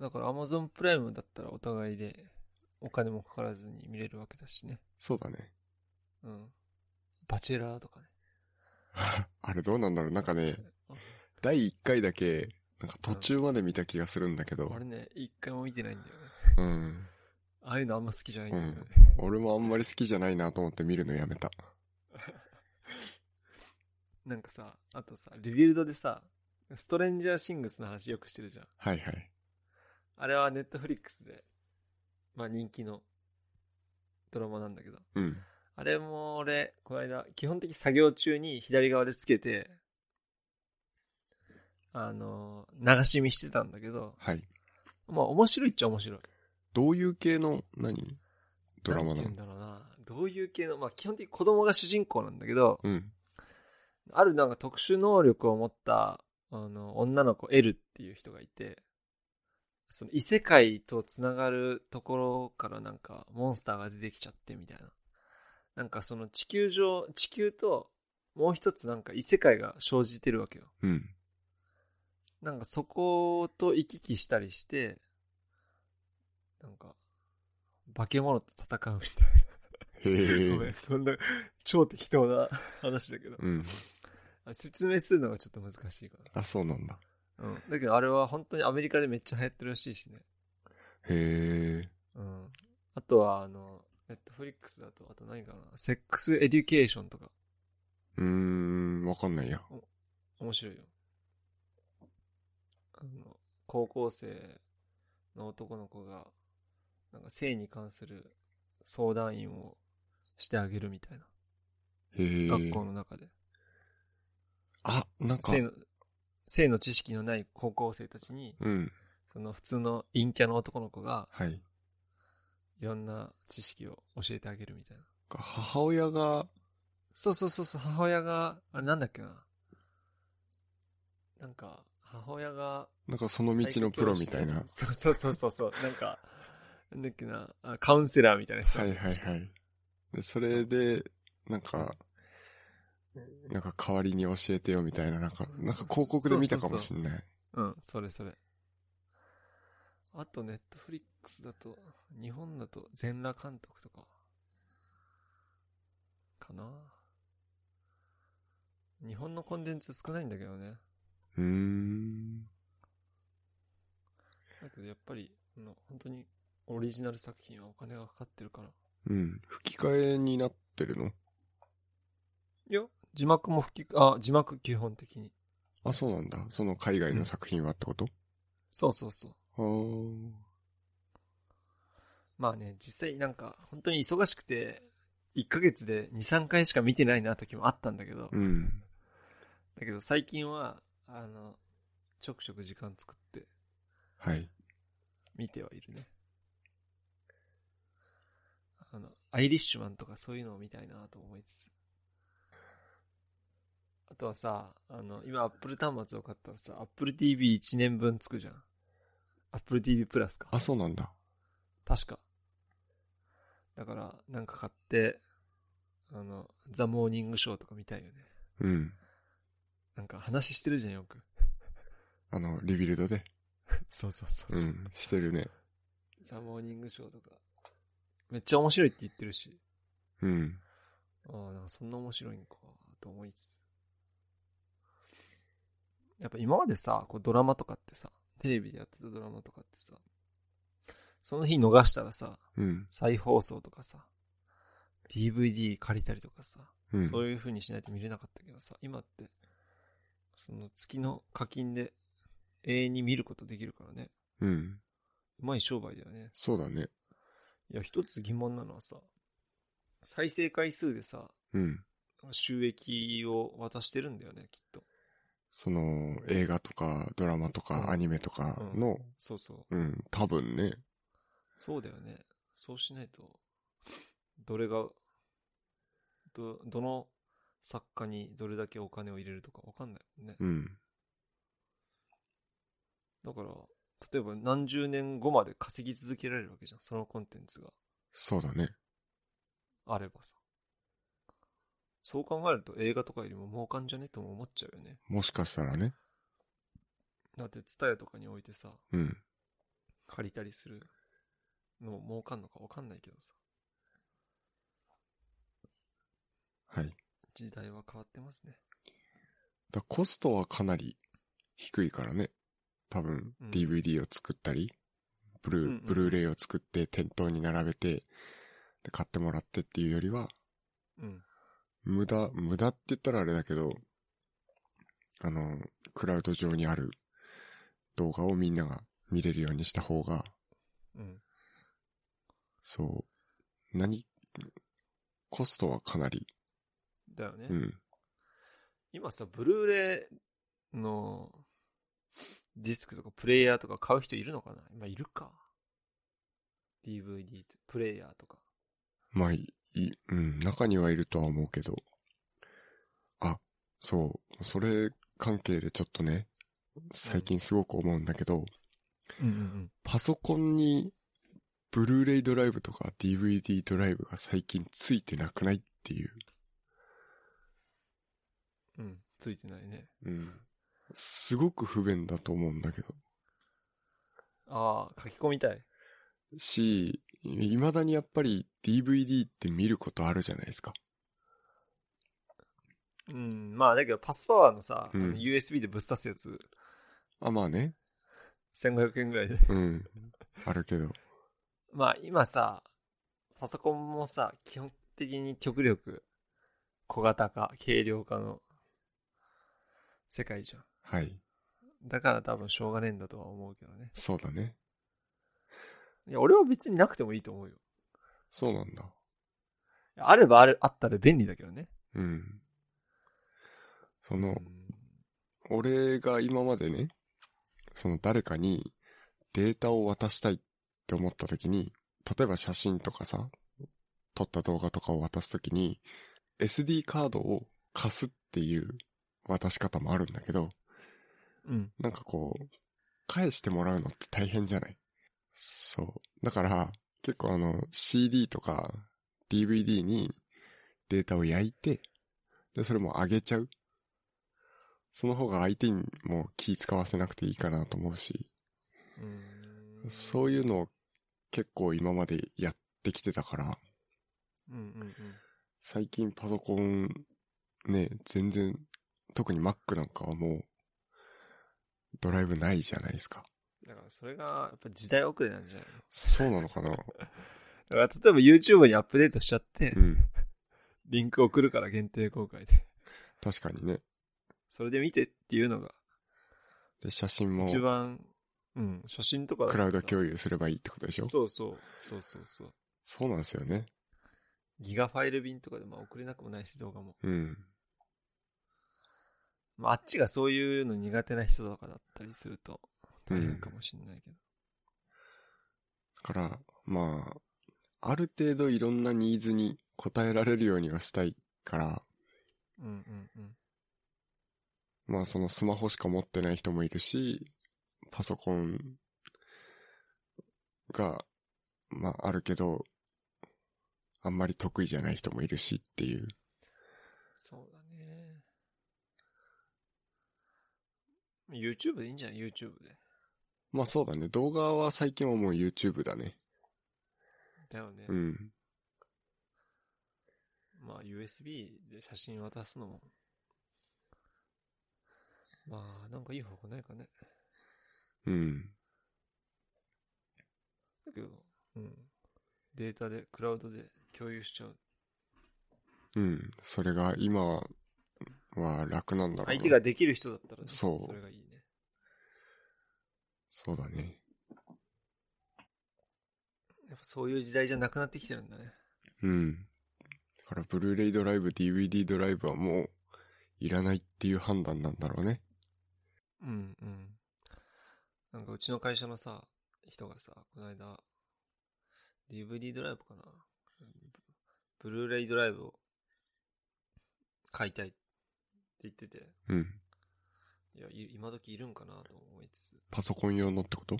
だから Amazon プライムだったらお互いでお金もかからずに見れるわけだしね。そうだね。 うん。バチェラーとかね。あれどうなんだろうなんかね、第1回だけ、なんか途中まで見た気がするんだけどあ、れね、一回も見てないんだよね。うん。ああいうのあんま好きじゃないんだよね。俺もあんまり好きじゃないなと思って見るのやめた。なんかさ、あとさ、リビルドでさ、ストレンジャーシングスの話よくしてるじゃん。はいはい。あれはネットフリックスで、まあ人気のドラマなんだけど、うん。あれも俺、この間、基本的に作業中に左側でつけて、あの、流し見してたんだけど、はい。まあ面白いっちゃ面白い。どういう系の、何ドラなマんなて言のうんだろうな。どういう系の、まあ基本的に子供が主人公なんだけど、うん。あるなんか特殊能力を持った、あの、女の子 L っていう人がいて、その異世界とつながるところからなんかモンスターが出てきちゃってみたいな。なんかその地球上、地球ともう一つなんか異世界が生じてるわけよ。うん。なんかそこと行き来したりして、なんか、化け物と戦うみたいへな。ごめえん、。そんな超適当な話だけど。うん。あ説明するのがちょっと難しいかな。あ、そうなんだ。うん。だけどあれは本当にアメリカでめっちゃ流行ってるらしいしね。へえ。うん。あとは、あの、ネットフリックスだと、あと何かな。セックスエデュケーションとか、うーん、わかんないや。面白いよ。あの、高校生の男の子が、なんか性に関する相談員をしてあげるみたいな。へえ。学校の中で。あ、なんか性、の、性の知識のない高校生たちに、うん。その普通の陰キャの男の子が、はい。いろんな知識を教えてあげるみたいな。母親が、そうそうそうそう、母親が、あれなんだっけな。なんか、母親が。なんかその道のプロみたいな。そうそうそうそうそう、なんか、なんだっけな、あカウンセラーみたいな人。はいはいはい。でそれで、なんか、なんか代わりに教えてよみたいな、なんか、なんか広告で見たかもしんない。うん、それそれ。あと、ネットフリックスだと、日本だと、全裸監督とか、かな。日本のコンテンツ少ないんだけどね。うーん。だけどやっぱり、あの本当にオリジナル作品はお金がかかってるから。うん。吹き替えになってるのいや、字幕も吹き、あ、字幕基本的に。あ、そうなんだ。その海外の作品はってこと、そうそうそう。あーまあね、実際なんか、本当に忙しくて、 1ヶ月で2、3回しか見てないな時もあったんだけど、うん。だけど最近は、あの、ちょくちょく時間作ってはい。見てはいるね。あの、アイリッシュマンとかそういうのを見たいなと思いつつ。あとはさ、あの、今 Apple 端末を買ったらさ、Apple TV1 年分つくじゃん。Apple TV プラスか。あ、そうなんだ。確か。だから、なんか買って、あの、ザ・モーニングショーとか見たいよね。うん。なんか話してるじゃん、よく。あの、リビルドで。そうそうそううそう、ん。してるね。ザ・モーニングショーとか。めっちゃ面白いって言ってるし。うん。ああ、なんかそんな面白いんか、と思いつつ。やっぱ今までさ、こうドラマとかってさ、テレビでやってたドラマとかってさ、その日逃したらさ、うん。再放送とかさ、DVD 借りたりとかさ、うん。そういう風にしないと見れなかったけどさ、今って、その月の課金で永遠に見ることできるからね。うん。うまい商売だよね。そうだね。いや、一つ疑問なのはさ、再生回数でさ、うん。収益を渡してるんだよね、きっと。その、映画とか、ドラマとうんか、アニメとかうんの、そうそう。うん、多分ね。そうだよね。そうしないと、どれが、ど、どの作家にどれだけお金を入れるとかわかんないもんね。うん。だから、例えば何十年後まで稼ぎ続けられるわけじゃん。そのコンテンツがそうだね。あればさ。そう考えると映画とかよりも儲かんじゃねとも思っちゃうよね。もしかしたらね。だって、ツタヤとかに置いてさ、うん。借りたりするのも儲かんのかわかんないけどさ。はい。時代は変わってますね。だコストはかなり低いからね。多分うん、 DVD を作ったり、ブルー、うんうんブルーレイを作って、店頭に並べて、で、買ってもらってっていうよりは、うん。無駄、無駄って言ったらあれだけど、あの、クラウド上にある動画をみんなが見れるようにした方が、うん。そう、何、コストはかなり、だよね。うん、今さ、ブルーレイのディスクとかプレイヤーとか買う人いるのかな今いるか。DVD、プレイヤーとか。まあ、いい、うん、中にはいるとは思うけど。あ、そう、それ関係でちょっとね、最近すごく思うんだけど、うんうんパソコンに、ブルーレイドライブとか DVD ドライブが最近ついてなくないっていう。うん。うん。ついてないね。うん。すごく不便だと思うんだけど。ああ、書き込みたい。し、未だにやっぱり DVD って見ることあるじゃないですか。うん。まあ、だけどパスパワーのさ、うんあの USB でぶっ刺すやつ、あ、まあね。 1500円ぐらいで。 うん。あるけど。まあ、今さ、パソコンもさ、基本的に極力、小型化、軽量化の世界じゃん。はい。だから多分しょうがねえんだとは思うけどね。そうだね。いや、俺は別になくてもいいと思うよ。そうなんだ。いやあればある、あったで便利だけどね。うん。そのう、ん俺が今までね、その誰かにデータを渡したいって思った時に、例えば写真とかさ、撮った動画とかを渡す時に、SD カードを貸すっていう渡し方もあるんだけど、うん。なんかこう、返してもらうのって大変じゃないそう。だから、結構あの、CD とか DVD にデータを焼いて、で、それも上げちゃう。その方が相手にも気使わせなくていいかなと思うし、うん。そういうのを結構今までやってきてたから、うんうんうん。最近パソコン、ね、全然、特に Mac なんかはもう、ドライブないじゃないですか。だからそれが、やっぱ時代遅れなんじゃないのそうなのかなだから例えば YouTube にアップデートしちゃって、うん。リンク送るから限定公開で。 確かにね。それで見てっていうのが、で、写真も一ク番、うん、写真とかだとさラウド共有すればいいってことでしょそうそう。そうそうそう。そうなんですよね。ギガファイル便とかでまあ送れなくもないし、動画も。うん。まあ、あっちがそういうの苦手な人とかだったりすると、大変かもしれないけど。だから、まあ、ある程度いろんなニーズに応えられるようにはしたいから、うんうんうん。まあそのスマホしか持ってない人もいるし、パソコンが、まああるけど、あんまり得意じゃない人もいるしっていう。そうだね。YouTube でいいんじゃない ?YouTube で。まあそうだね。動画は最近はもう YouTube だね。だよね。うん。まあ、USB で写真渡すのも。まあ、なんかいい方法ないかね。うん。だけど、うん。データで、クラウドで共有しちゃう。うん。それが今は楽なんだろうな。相手ができる人だったらね、そうそれがいいね。そうだね。やっぱそういう時代じゃなくなってきてるんだね。うん。だから、ブルーレイドライブ、DVD ドライブはもう、いらないっていう判断なんだろうね。うんうん。なんかうちの会社のさ、人がさ、この間、DVD ドライブかなブルーレイドライブを買いたいって言ってて、うん。いや、い今時いるんかなと思いつつ、パソコン用のってこと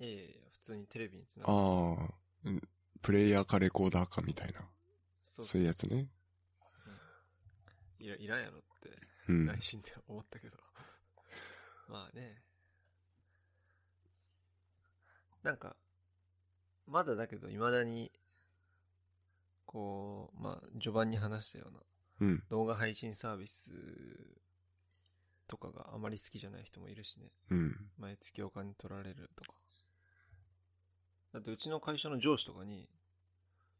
いやいやいや、普通にテレビにつながる。ああ、うんプレイヤーかレコーダーかみたいな。そそういうやつね。いらいらんやろって、うん。内心では思ったけど。まあね。なんか、まだだけど、未だに、こう、まあ、序盤に話したような、うん。動画配信サービスとかがあまり好きじゃない人もいるしね。うん。毎月お金取られるとか。だってうちの会社の上司とかに、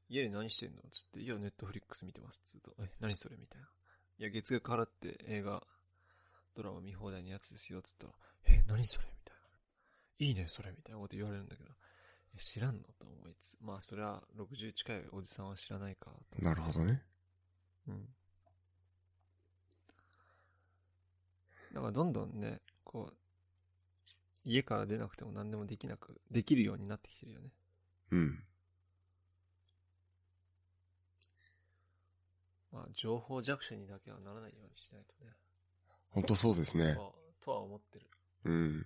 家で何してんのつって、いや、ネットフリックス見てます。つうと、え、何それみたいな。いや、月額払って映画、ドラマ見放題のやつですよ。つったら、え、何それみたいな。いいね、それみたいなこと言われるんだけど、え知らんのと思いつつ。まあ、それは60近いおじさんは知らないかと。なるほどね。うん。だからどんどんね、こう、家から出なくても何でもできなく、できるようになってきてるよね。うん。まあ、情報弱者にだけはならないようにしないとね。ほんとそうですねと。はとは思ってる。うん。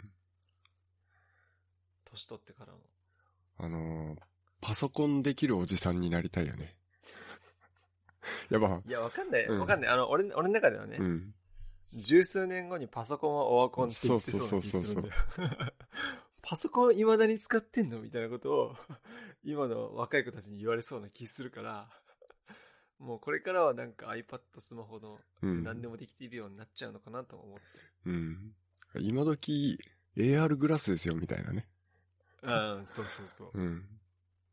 年取ってからも。あのーパソコンできるおじさんになりたいよ ね。やば。いや、わかんない。うんわかんない。あの、俺、俺の中ではね、うん。十数年後にパソコンはオワコンって言ってそうな気がするんだよ。 パソコン未だに使ってんのみたいなことを、 今の若い子たちに言われそうな気するから、もうこれからはなんか iPad、スマホのうん。何でもできているようになっちゃうのかなと思ってる。うん。今時、AR グラスですよ、みたいなね。うん、そうそうそう。うん。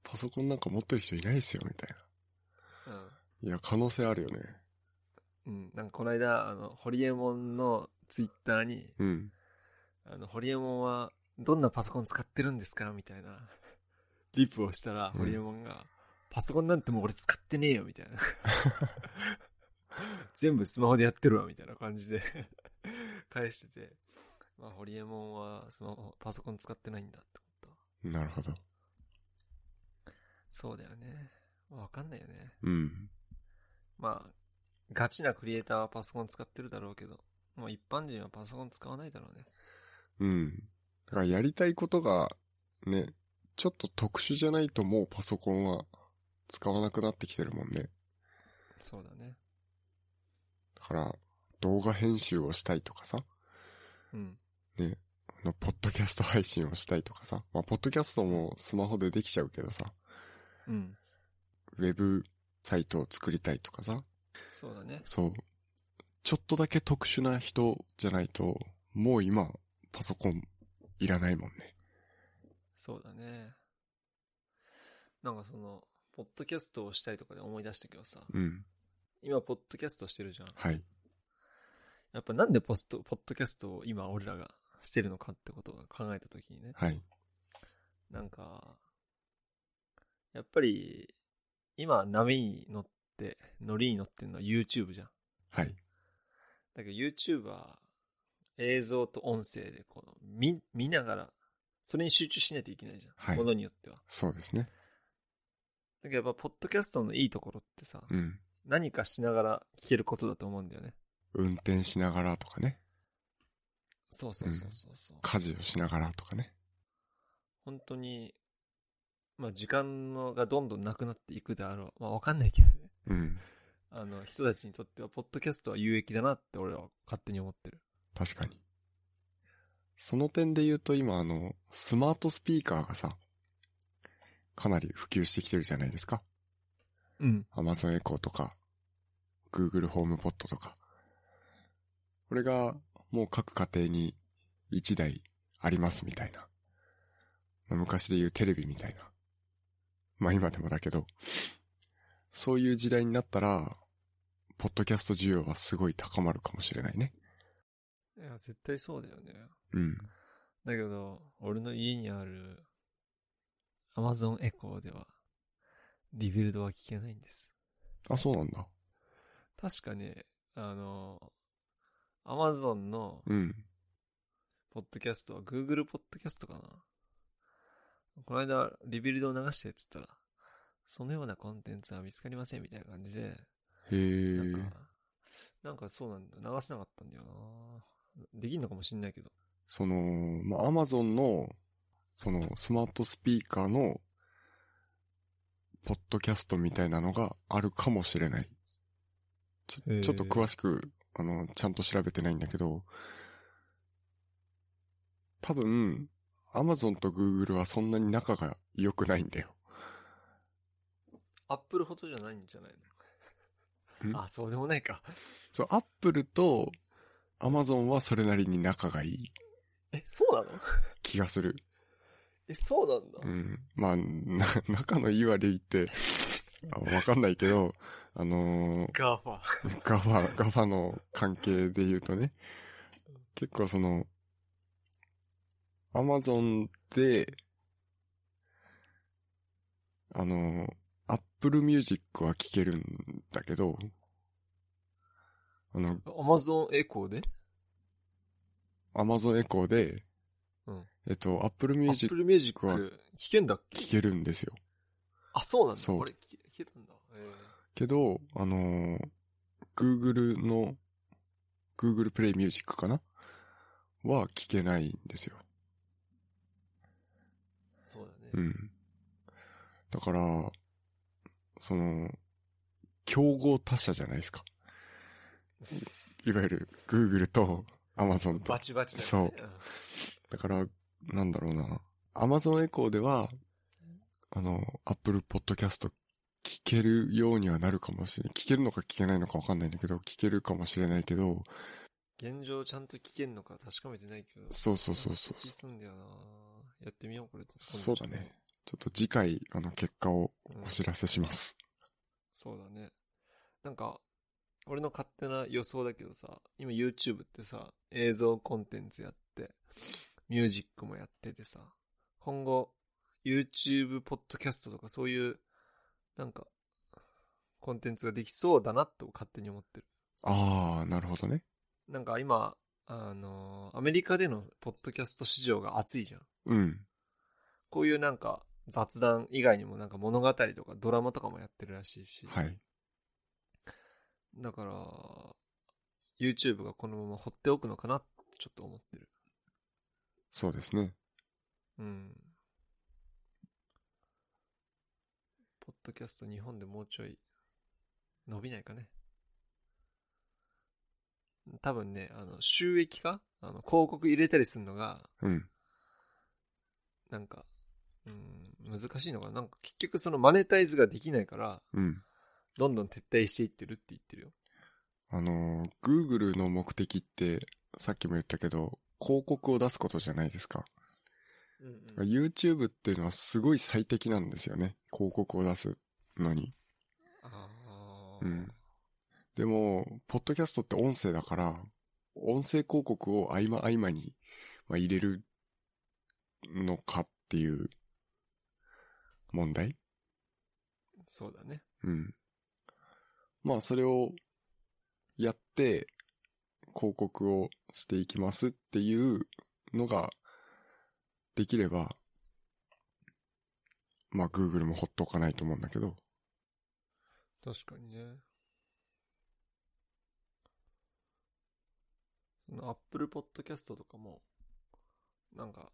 パソコンなんか持ってる人いないですよ、みたいうん。な。いや、可能性あるよね。うん、なんかこの間、あの、ホリエモンのツイッターに、うん。あの、ホリエモンはどんなパソコン使ってるんですかみたいな、リプをしたら、うんホリエモンが、パソコンなんてもう俺使ってねえよ、みたい な。全部スマホでやってるわ、みたいな感じで 返してて、まあ、ホリエモンはスマホ、パソコン使ってないんだってこと。なるほど。そうだよね。まあわかんないよね。うん。まあ、ガチなクリエイターはパソコン使ってるだろうけど、もう一般人はパソコン使わないだろうね。うん。だからやりたいことが、ね、ちょっと特殊じゃないともうパソコンは使わなくなってきてるもんね。そうだね。だから、動画編集をしたいとかさ、うん。あのポッドキャスト配信をしたいとかさ、まあ、ポッドキャストもスマホでできちゃうけどさ、うん。ウェブサイトを作りたいとかさ、そうだね。そう。ちょっとだけ特殊な人じゃないと、もう今、パソコンいらないもんね。そうだね。なんかその、ポッドキャストをしたいとかで思い出したけどさ、うん。今ポッドキャストしてるじゃん。はい。やっぱなんでポスト、ポッドキャストを今俺らがしてるのかってことを考えたときにね、はい。なんか、やっぱり、今、波に乗って、乗りに乗ってるのは YouTube じゃん。はい。だけど YouTube は映像と音声でこの見、見ながら、それに集中しないといけないじゃん。はいものによっては。そうですね。だけどやっぱ、ポッドキャストのいいところってさ、うん。何かしながら聞けることだと思うんだよね。運転しながらとかね。そうそうそうそうそう。家事をしながらとかね。本当に、まあ時間のがどんどんなくなっていくであろう。まあわかんないけどね。うん。あの、人たちにとっては、ポッドキャストは有益だなって俺は勝手に思ってる。確かに。その点で言うと今あの、スマートスピーカーがさ、かなり普及してきてるじゃないですか。うん。 Amazon Echo とか、Google HomePod とか。これがもう各家庭に1台ありますみたいな。まあ昔で言うテレビみたいな。まあ今でもだけど、そういう時代になったら、ポッドキャスト需要はすごい高まるかもしれないね。いや、絶対そうだよね。うん。だけど、俺の家にある Amazon Echo では、リビルドは聞けないんです。あ、そうなんだ。確かね、あの、Amazon のうん。ポッドキャストは Google ポッドキャストかな。この間、リビルドを流してっつったら、そのようなコンテンツは見つかりませんみたいな感じで、へなんえか。、なんかそうなんだ。流せなかったんだよな。できんのかもしんないけど。その、まあ、アマゾンの、その、スマートスピーカーの、ポッドキャストみたいなのがあるかもしれない。ちへょーちょっと詳しく、あの、ちゃんと調べてないんだけど、多分、アマゾンとグーグルはそんなに仲が良くないんだよ。アップルほどじゃないんじゃないんのあ、そうでもないか。そう、アップルとアマゾンはそれなりに仲がいいえ、そうなの気がする。え、そうなんだ。うん。まあ、な、 仲のいい悪いって、 あわかんないけど、あのーガーファ。ガファ、ガファの関係で言うとね、結構その、アマゾンで、あのアップルミュージックは聴けるんだけど、あの、アマゾンエコーでアマゾンエコーで、うんえっと、アップルミュージック Apple Music は聞けんだっけ聴けるんですよ。あ、そうなんだ。そうこれ聞け聞けたんだ。えけど、あのー、Google の、Google Play Music かなは聞けないんですよ。ーそうだね。うん。だから、その、競合他社じゃないですか。いわゆる Google と Amazon とバ。チバチだ、ね、そうだから、なんだろうな。Amazon Echo では、あの、Apple Podcast 聞けるようにはなるかもしれない。聞けるのか聞けないのかわかんないんだけど、聞けるかもしれないけど、うん。現状ちゃんと聞けんのか確かめてないけど。そうそうそうそう気すんだよなやってみよう、これ。そうだね。ちょっと次回、あの、結果をうんお知らせします。そうだね。なんか、俺の勝手な予想だけどさ、今 YouTube ってさ、映像コンテンツやって、ミュージックもやっててさ、今後、YouTube ポッドキャストとかそういう、なんか、コンテンツができそうだなと勝手に思ってる。あー、なるほどね。なんか今、あのーアメリカでのポッドキャスト市場が熱いじゃん。うん。こういうなんか、雑談以外にもなんか物語とかドラマとかもやってるらしいし。はい。だから、YouTube がこのまま放っておくのかなってちょっと思ってる。そうですね。うん。ポッドキャスト日本でもうちょい伸びないかね。多分ね、あの、収益化あの、広告入れたりするのが、うん。なんか、うん、難しいのかな。なんか結局そのマネタイズができないから、うん。どんどん撤退していってるって言ってるよ。あのー、Google の目的って、さっきも言ったけど、広告を出すことじゃないですか。うん YouTube っていうのはすごい最適なんですよね。広告を出すのに。ああ。うんでも、ポッドキャストって音声だから、音声広告を合間合間に、まあ、入れるのかっていう問題そうだね。うん。まあ、それをやって、広告をしていきますっていうのができれば、まあ、Google もほっとかないと思うんだけど、確かにね。その Apple Podcast とかも、なんか、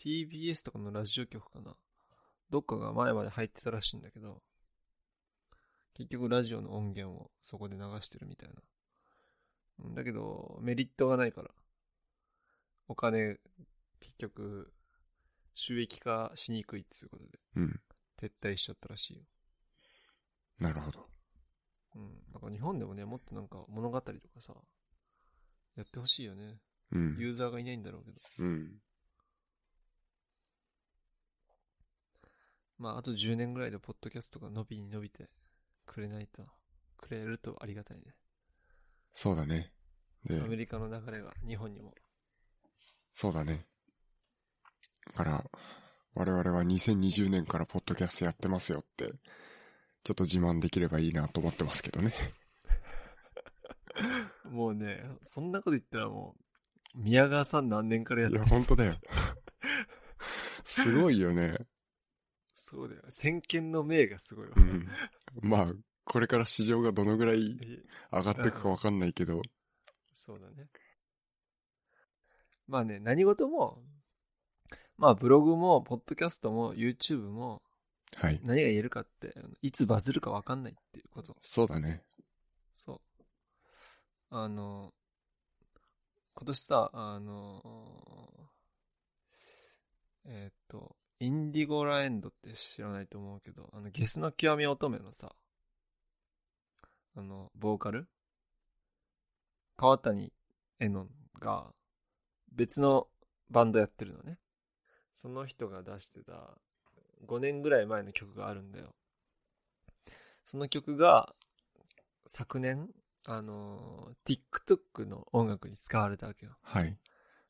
TBS とかのラジオ局かな。どっかが前まで入ってたらしいんだけど、結局ラジオの音源をそこで流してるみたいな。うんだけど、メリットがないから。お金、結局、収益化しにくいっていうことで、うん。撤退しちゃったらしいよ。なるほど。うん。なんか日本でもね、もっとなんか物語とかさ、やってほしいよね。うん。ユーザーがいないんだろうけど。うん。まあ、あと10年ぐらいでポッドキャストが伸びに伸びてくれないと、くれるとありがたいね。そうだね。で、アメリカの流れが日本にも。そうだね。だから、我々は2020年からポッドキャストやってますよって、ちょっと自慢できればいいなと思ってますけどね。もうね、そんなこと言ったらもう、宮川さん何年からやっいてや、本当だよ。すごいよね。そうだよ。先見の明がすごいわ。うん。まあ、これから市場がどのぐらいえ上がっていくかわかんないけど、そうだね。まあね、何事も、まあブログも、ポッドキャストも、YouTube も、はい。何が言えるかって、いつバズるか分かんないっていうこと。そうだね。そう。あの、今年さ、あの、えーっと、インディゴラエンドって知らないと思うけど、あの、ゲスの極み乙女のさ、あの、ボーカル川谷絵音が別のバンドやってるのね。その人が出してた5年ぐらい前の曲があるんだよ。その曲が昨年、あのー TikTok の音楽に使われたわけよ。はい。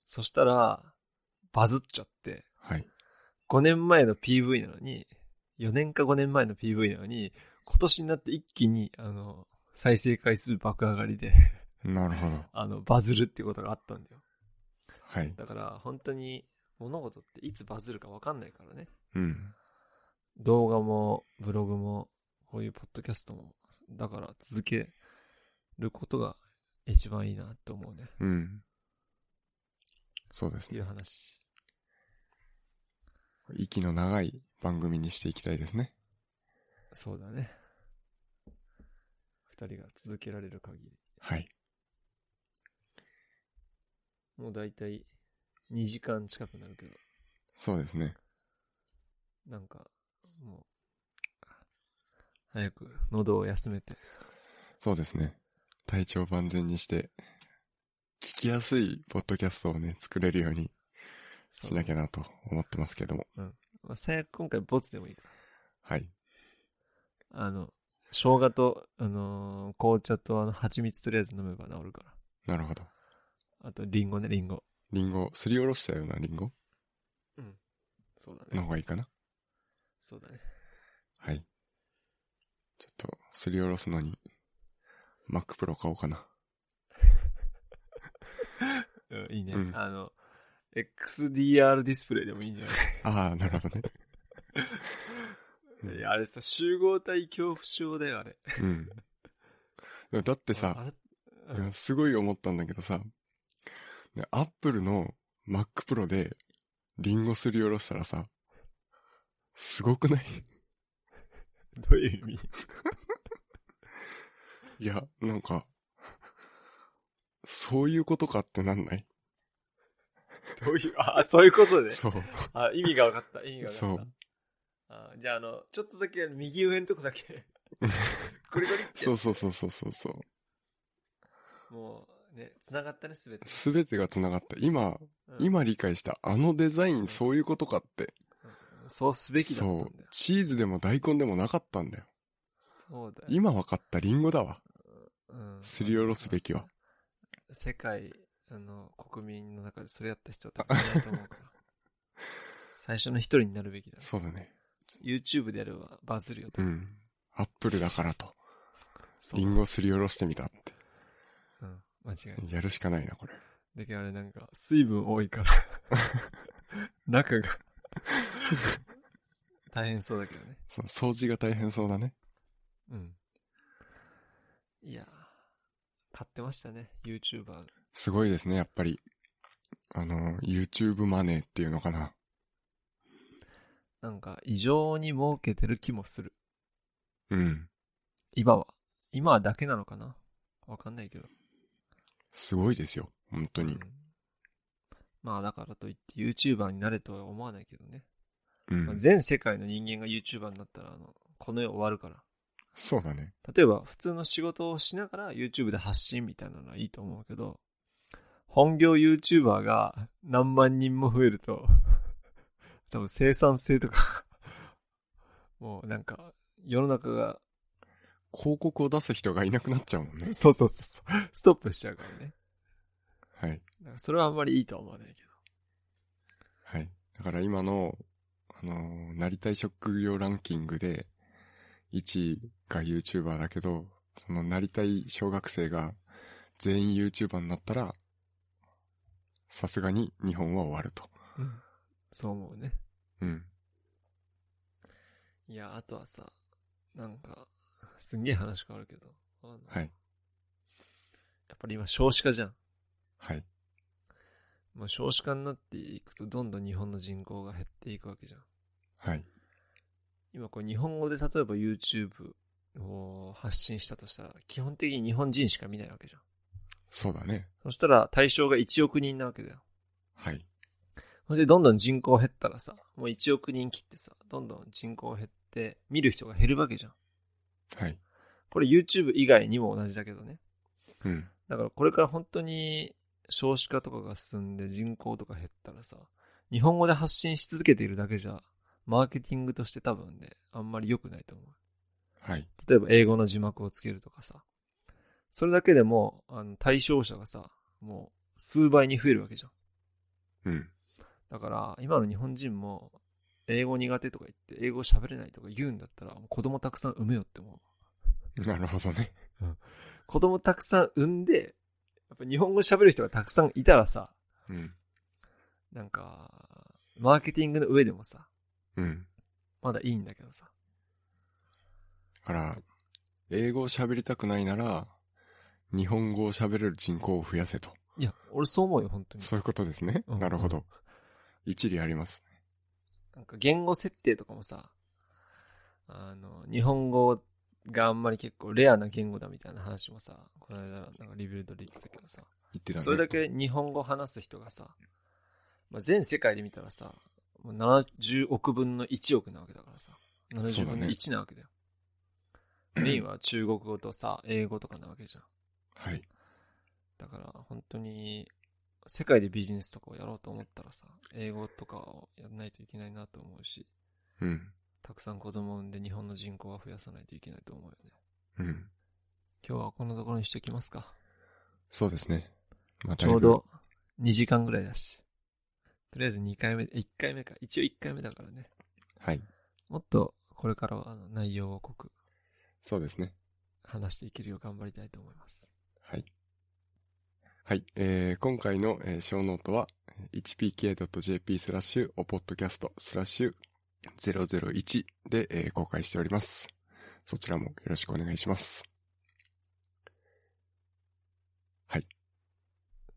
そしたら、バズっちゃって、はい。 5年前の PV なのに、4年か5年前の PV なのに、今年になって一気に、あの、再生回数爆上がりで、 なるほど。あの、バズるってことがあったんだよ。はい。だから、本当に、物事っていつバズるか分かんないからね。うん。動画も、ブログも、こういうポッドキャストも、だから続けることが一番いいなと思うね。うん。そうでっすていうね。話。息の長い番組にしていきたいですね。そうだね。二人が続けられる限り。はい。もうだいたい2時間近くなるけど、そうですね。なんか、もう、早く喉を休めて。そうですね。体調万全にして、聞きやすいポッドキャストをね、作れるようにそうしなきゃなと思ってますけども。まあ、最悪今回ボツでもいいかはい。ら。あの、生姜と、あのー紅茶とあの蜂蜜とりあえず飲めば治るから。なるほど。あと、リンゴね、リンゴ。リンゴ、すりおろしたようなリンゴうん。そうだのね。方がいいかな。そうだね。はい。ちょっと、すりおろすのに、Mac Pro 買おうかな。うん、いいね。うんあの、XDR ディスプレイでもいいんじゃないああ、なる ほどね。うんいや、あれさ、集合体恐怖症だよ、あれ。うん。だってさあ、れいやすごい思ったんだけどさ、ね Apple の Mac Pro でリンゴすりおろしたらさ、すごくない どういう意味いや、なんか、そういうことかってなんないどういう、あ、そういうことで。そう。 あ、意味が分かった、意味が分かそった。あじゃあ、あの、ちょっとだけ、右上のとこだけ、 う。ゴリゴリってそうそうそうそうそうそう。もう、ね、繋がったね、すべて。すべてが繋がった。今、うん、今理解した。あのデザインそういうことかって。うんそうすべきだったんだそよう。。チーズでも大根でもなかったんだよ。そうだよ。今分かった。リンゴだわ。うんすりおろすべきは。世界、あの、国民の中でそれやった人は多分いないと思うから。 最初の一人になるべきだ。そうだね。 YouTube でやればバズるよ、多う分ん。アップルだからと、そうリンゴすりおろしてみたって。うん、間違いない。やるしかないな、これ。だけどあれなんか、水分多いから、 中が、大変そうだけどね。そう掃除が大変そうだね。うん。いやー、買ってましたね、YouTuber。すごいですね、やっぱり。あの、YouTube マネーっていうのかな。なんか、異常に儲けてる気もする。うん。今は。今はだけなのかなわかんないけど。すごいですよ、本当にうん。まあだからといって YouTuber になれとは思わないけどね。うまあん。全世界の人間が YouTuber になったら、あの、この世終わるから。そうだね。例えば普通の仕事をしながら YouTube で発信みたいなのはいいと思うけど、本業 YouTuber が何万人も増えると、 多分生産性とか、 もうなんか世の中 が、広告を出す人がいなくなっちゃうもんね。そうそうそうそう、ストップしちゃうからね。はい。だからそれはあんまりいいとは思わないけど。はい。だから今の、あのーなりたい職業ランキングで、1位が YouTuber だけど、そのなりたい小学生が全員 YouTuber になったら、さすがに日本は終わると。そう思うね。うん。いや、あとはさ、なんか、すんげえ話変わるけど、あのはい。やっぱり今少子化じゃん。はい。まあ、少子化になっていくとどんどん日本の人口が減っていくわけじゃん。はい。今こう日本語で例えば YouTube を発信したとしたら、基本的に日本人しか見ないわけじゃん。そうだね。そしたら対象が1億人なわけだよ。はい。そしてどんどん人口減ったらさ、もう1億人切ってさ、どんどん人口減って、見る人が減るわけじゃん。はい。これ YouTube 以外にも同じだけどね。うん。だからこれから本当に少子化とかが進んで人口とか減ったらさ、日本語で発信し続けているだけじゃ、マーケティングとして多分ね、あんまり良くないと思う。はい。例えば英語の字幕をつけるとかさ、それだけでも、あの、対象者がさ、もう数倍に増えるわけじゃん。うん。だから、今の日本人も、英語苦手とか言って、英語喋れないとか言うんだったら、もう子供たくさん産めよって思う。なるほどね。子供たくさん産んで、やっぱ日本語喋る人がたくさんいたらさ、うん。なんか、マーケティングの上でもさ、うん。まだいいんだけどさ。だから、英語を喋りたくないなら、日本語を喋れる人口を増やせと。いや、俺そう思うよ、本当に。そういうことですね。うんなるほど。一理あります。なんか言語設定とかもさ、あの、日本語があんまり結構レアな言語だみたいな話もさ、この間なんかリビルドで言ってたけどさ、言ってたね。それだけ日本語話す人がさ、まあ、全世界で見たらさ、もう70億分の1億なわけだからさ、そう70だ分ねの1なわけだよ。メインは中国語とさ、英語とかなわけじゃん。はい。だから本当に世界でビジネスとかをやろうと思ったらさ、英語とかをやらないといけないなと思うし、うん。たくさん子供を産んで日本の人口は増やさないといけないと思うよね。うん。今日はこのところにしときますか。そうですね。まあ、ちょうど2時間ぐらいだし。とりあえず2回目、1回目か。一応1回目だからね。だいぶ。はい。もっとこれからはあの内容を濃くそうですね。話していけるよう頑張りたいと思います。はい。はい。えー、今回の、えー、小ノートは、hpk.jp スラッシュ、おポッドキャストスラッシュ001で、えー公開しております。そちらもよろしくお願いします。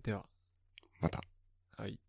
では、また。はい。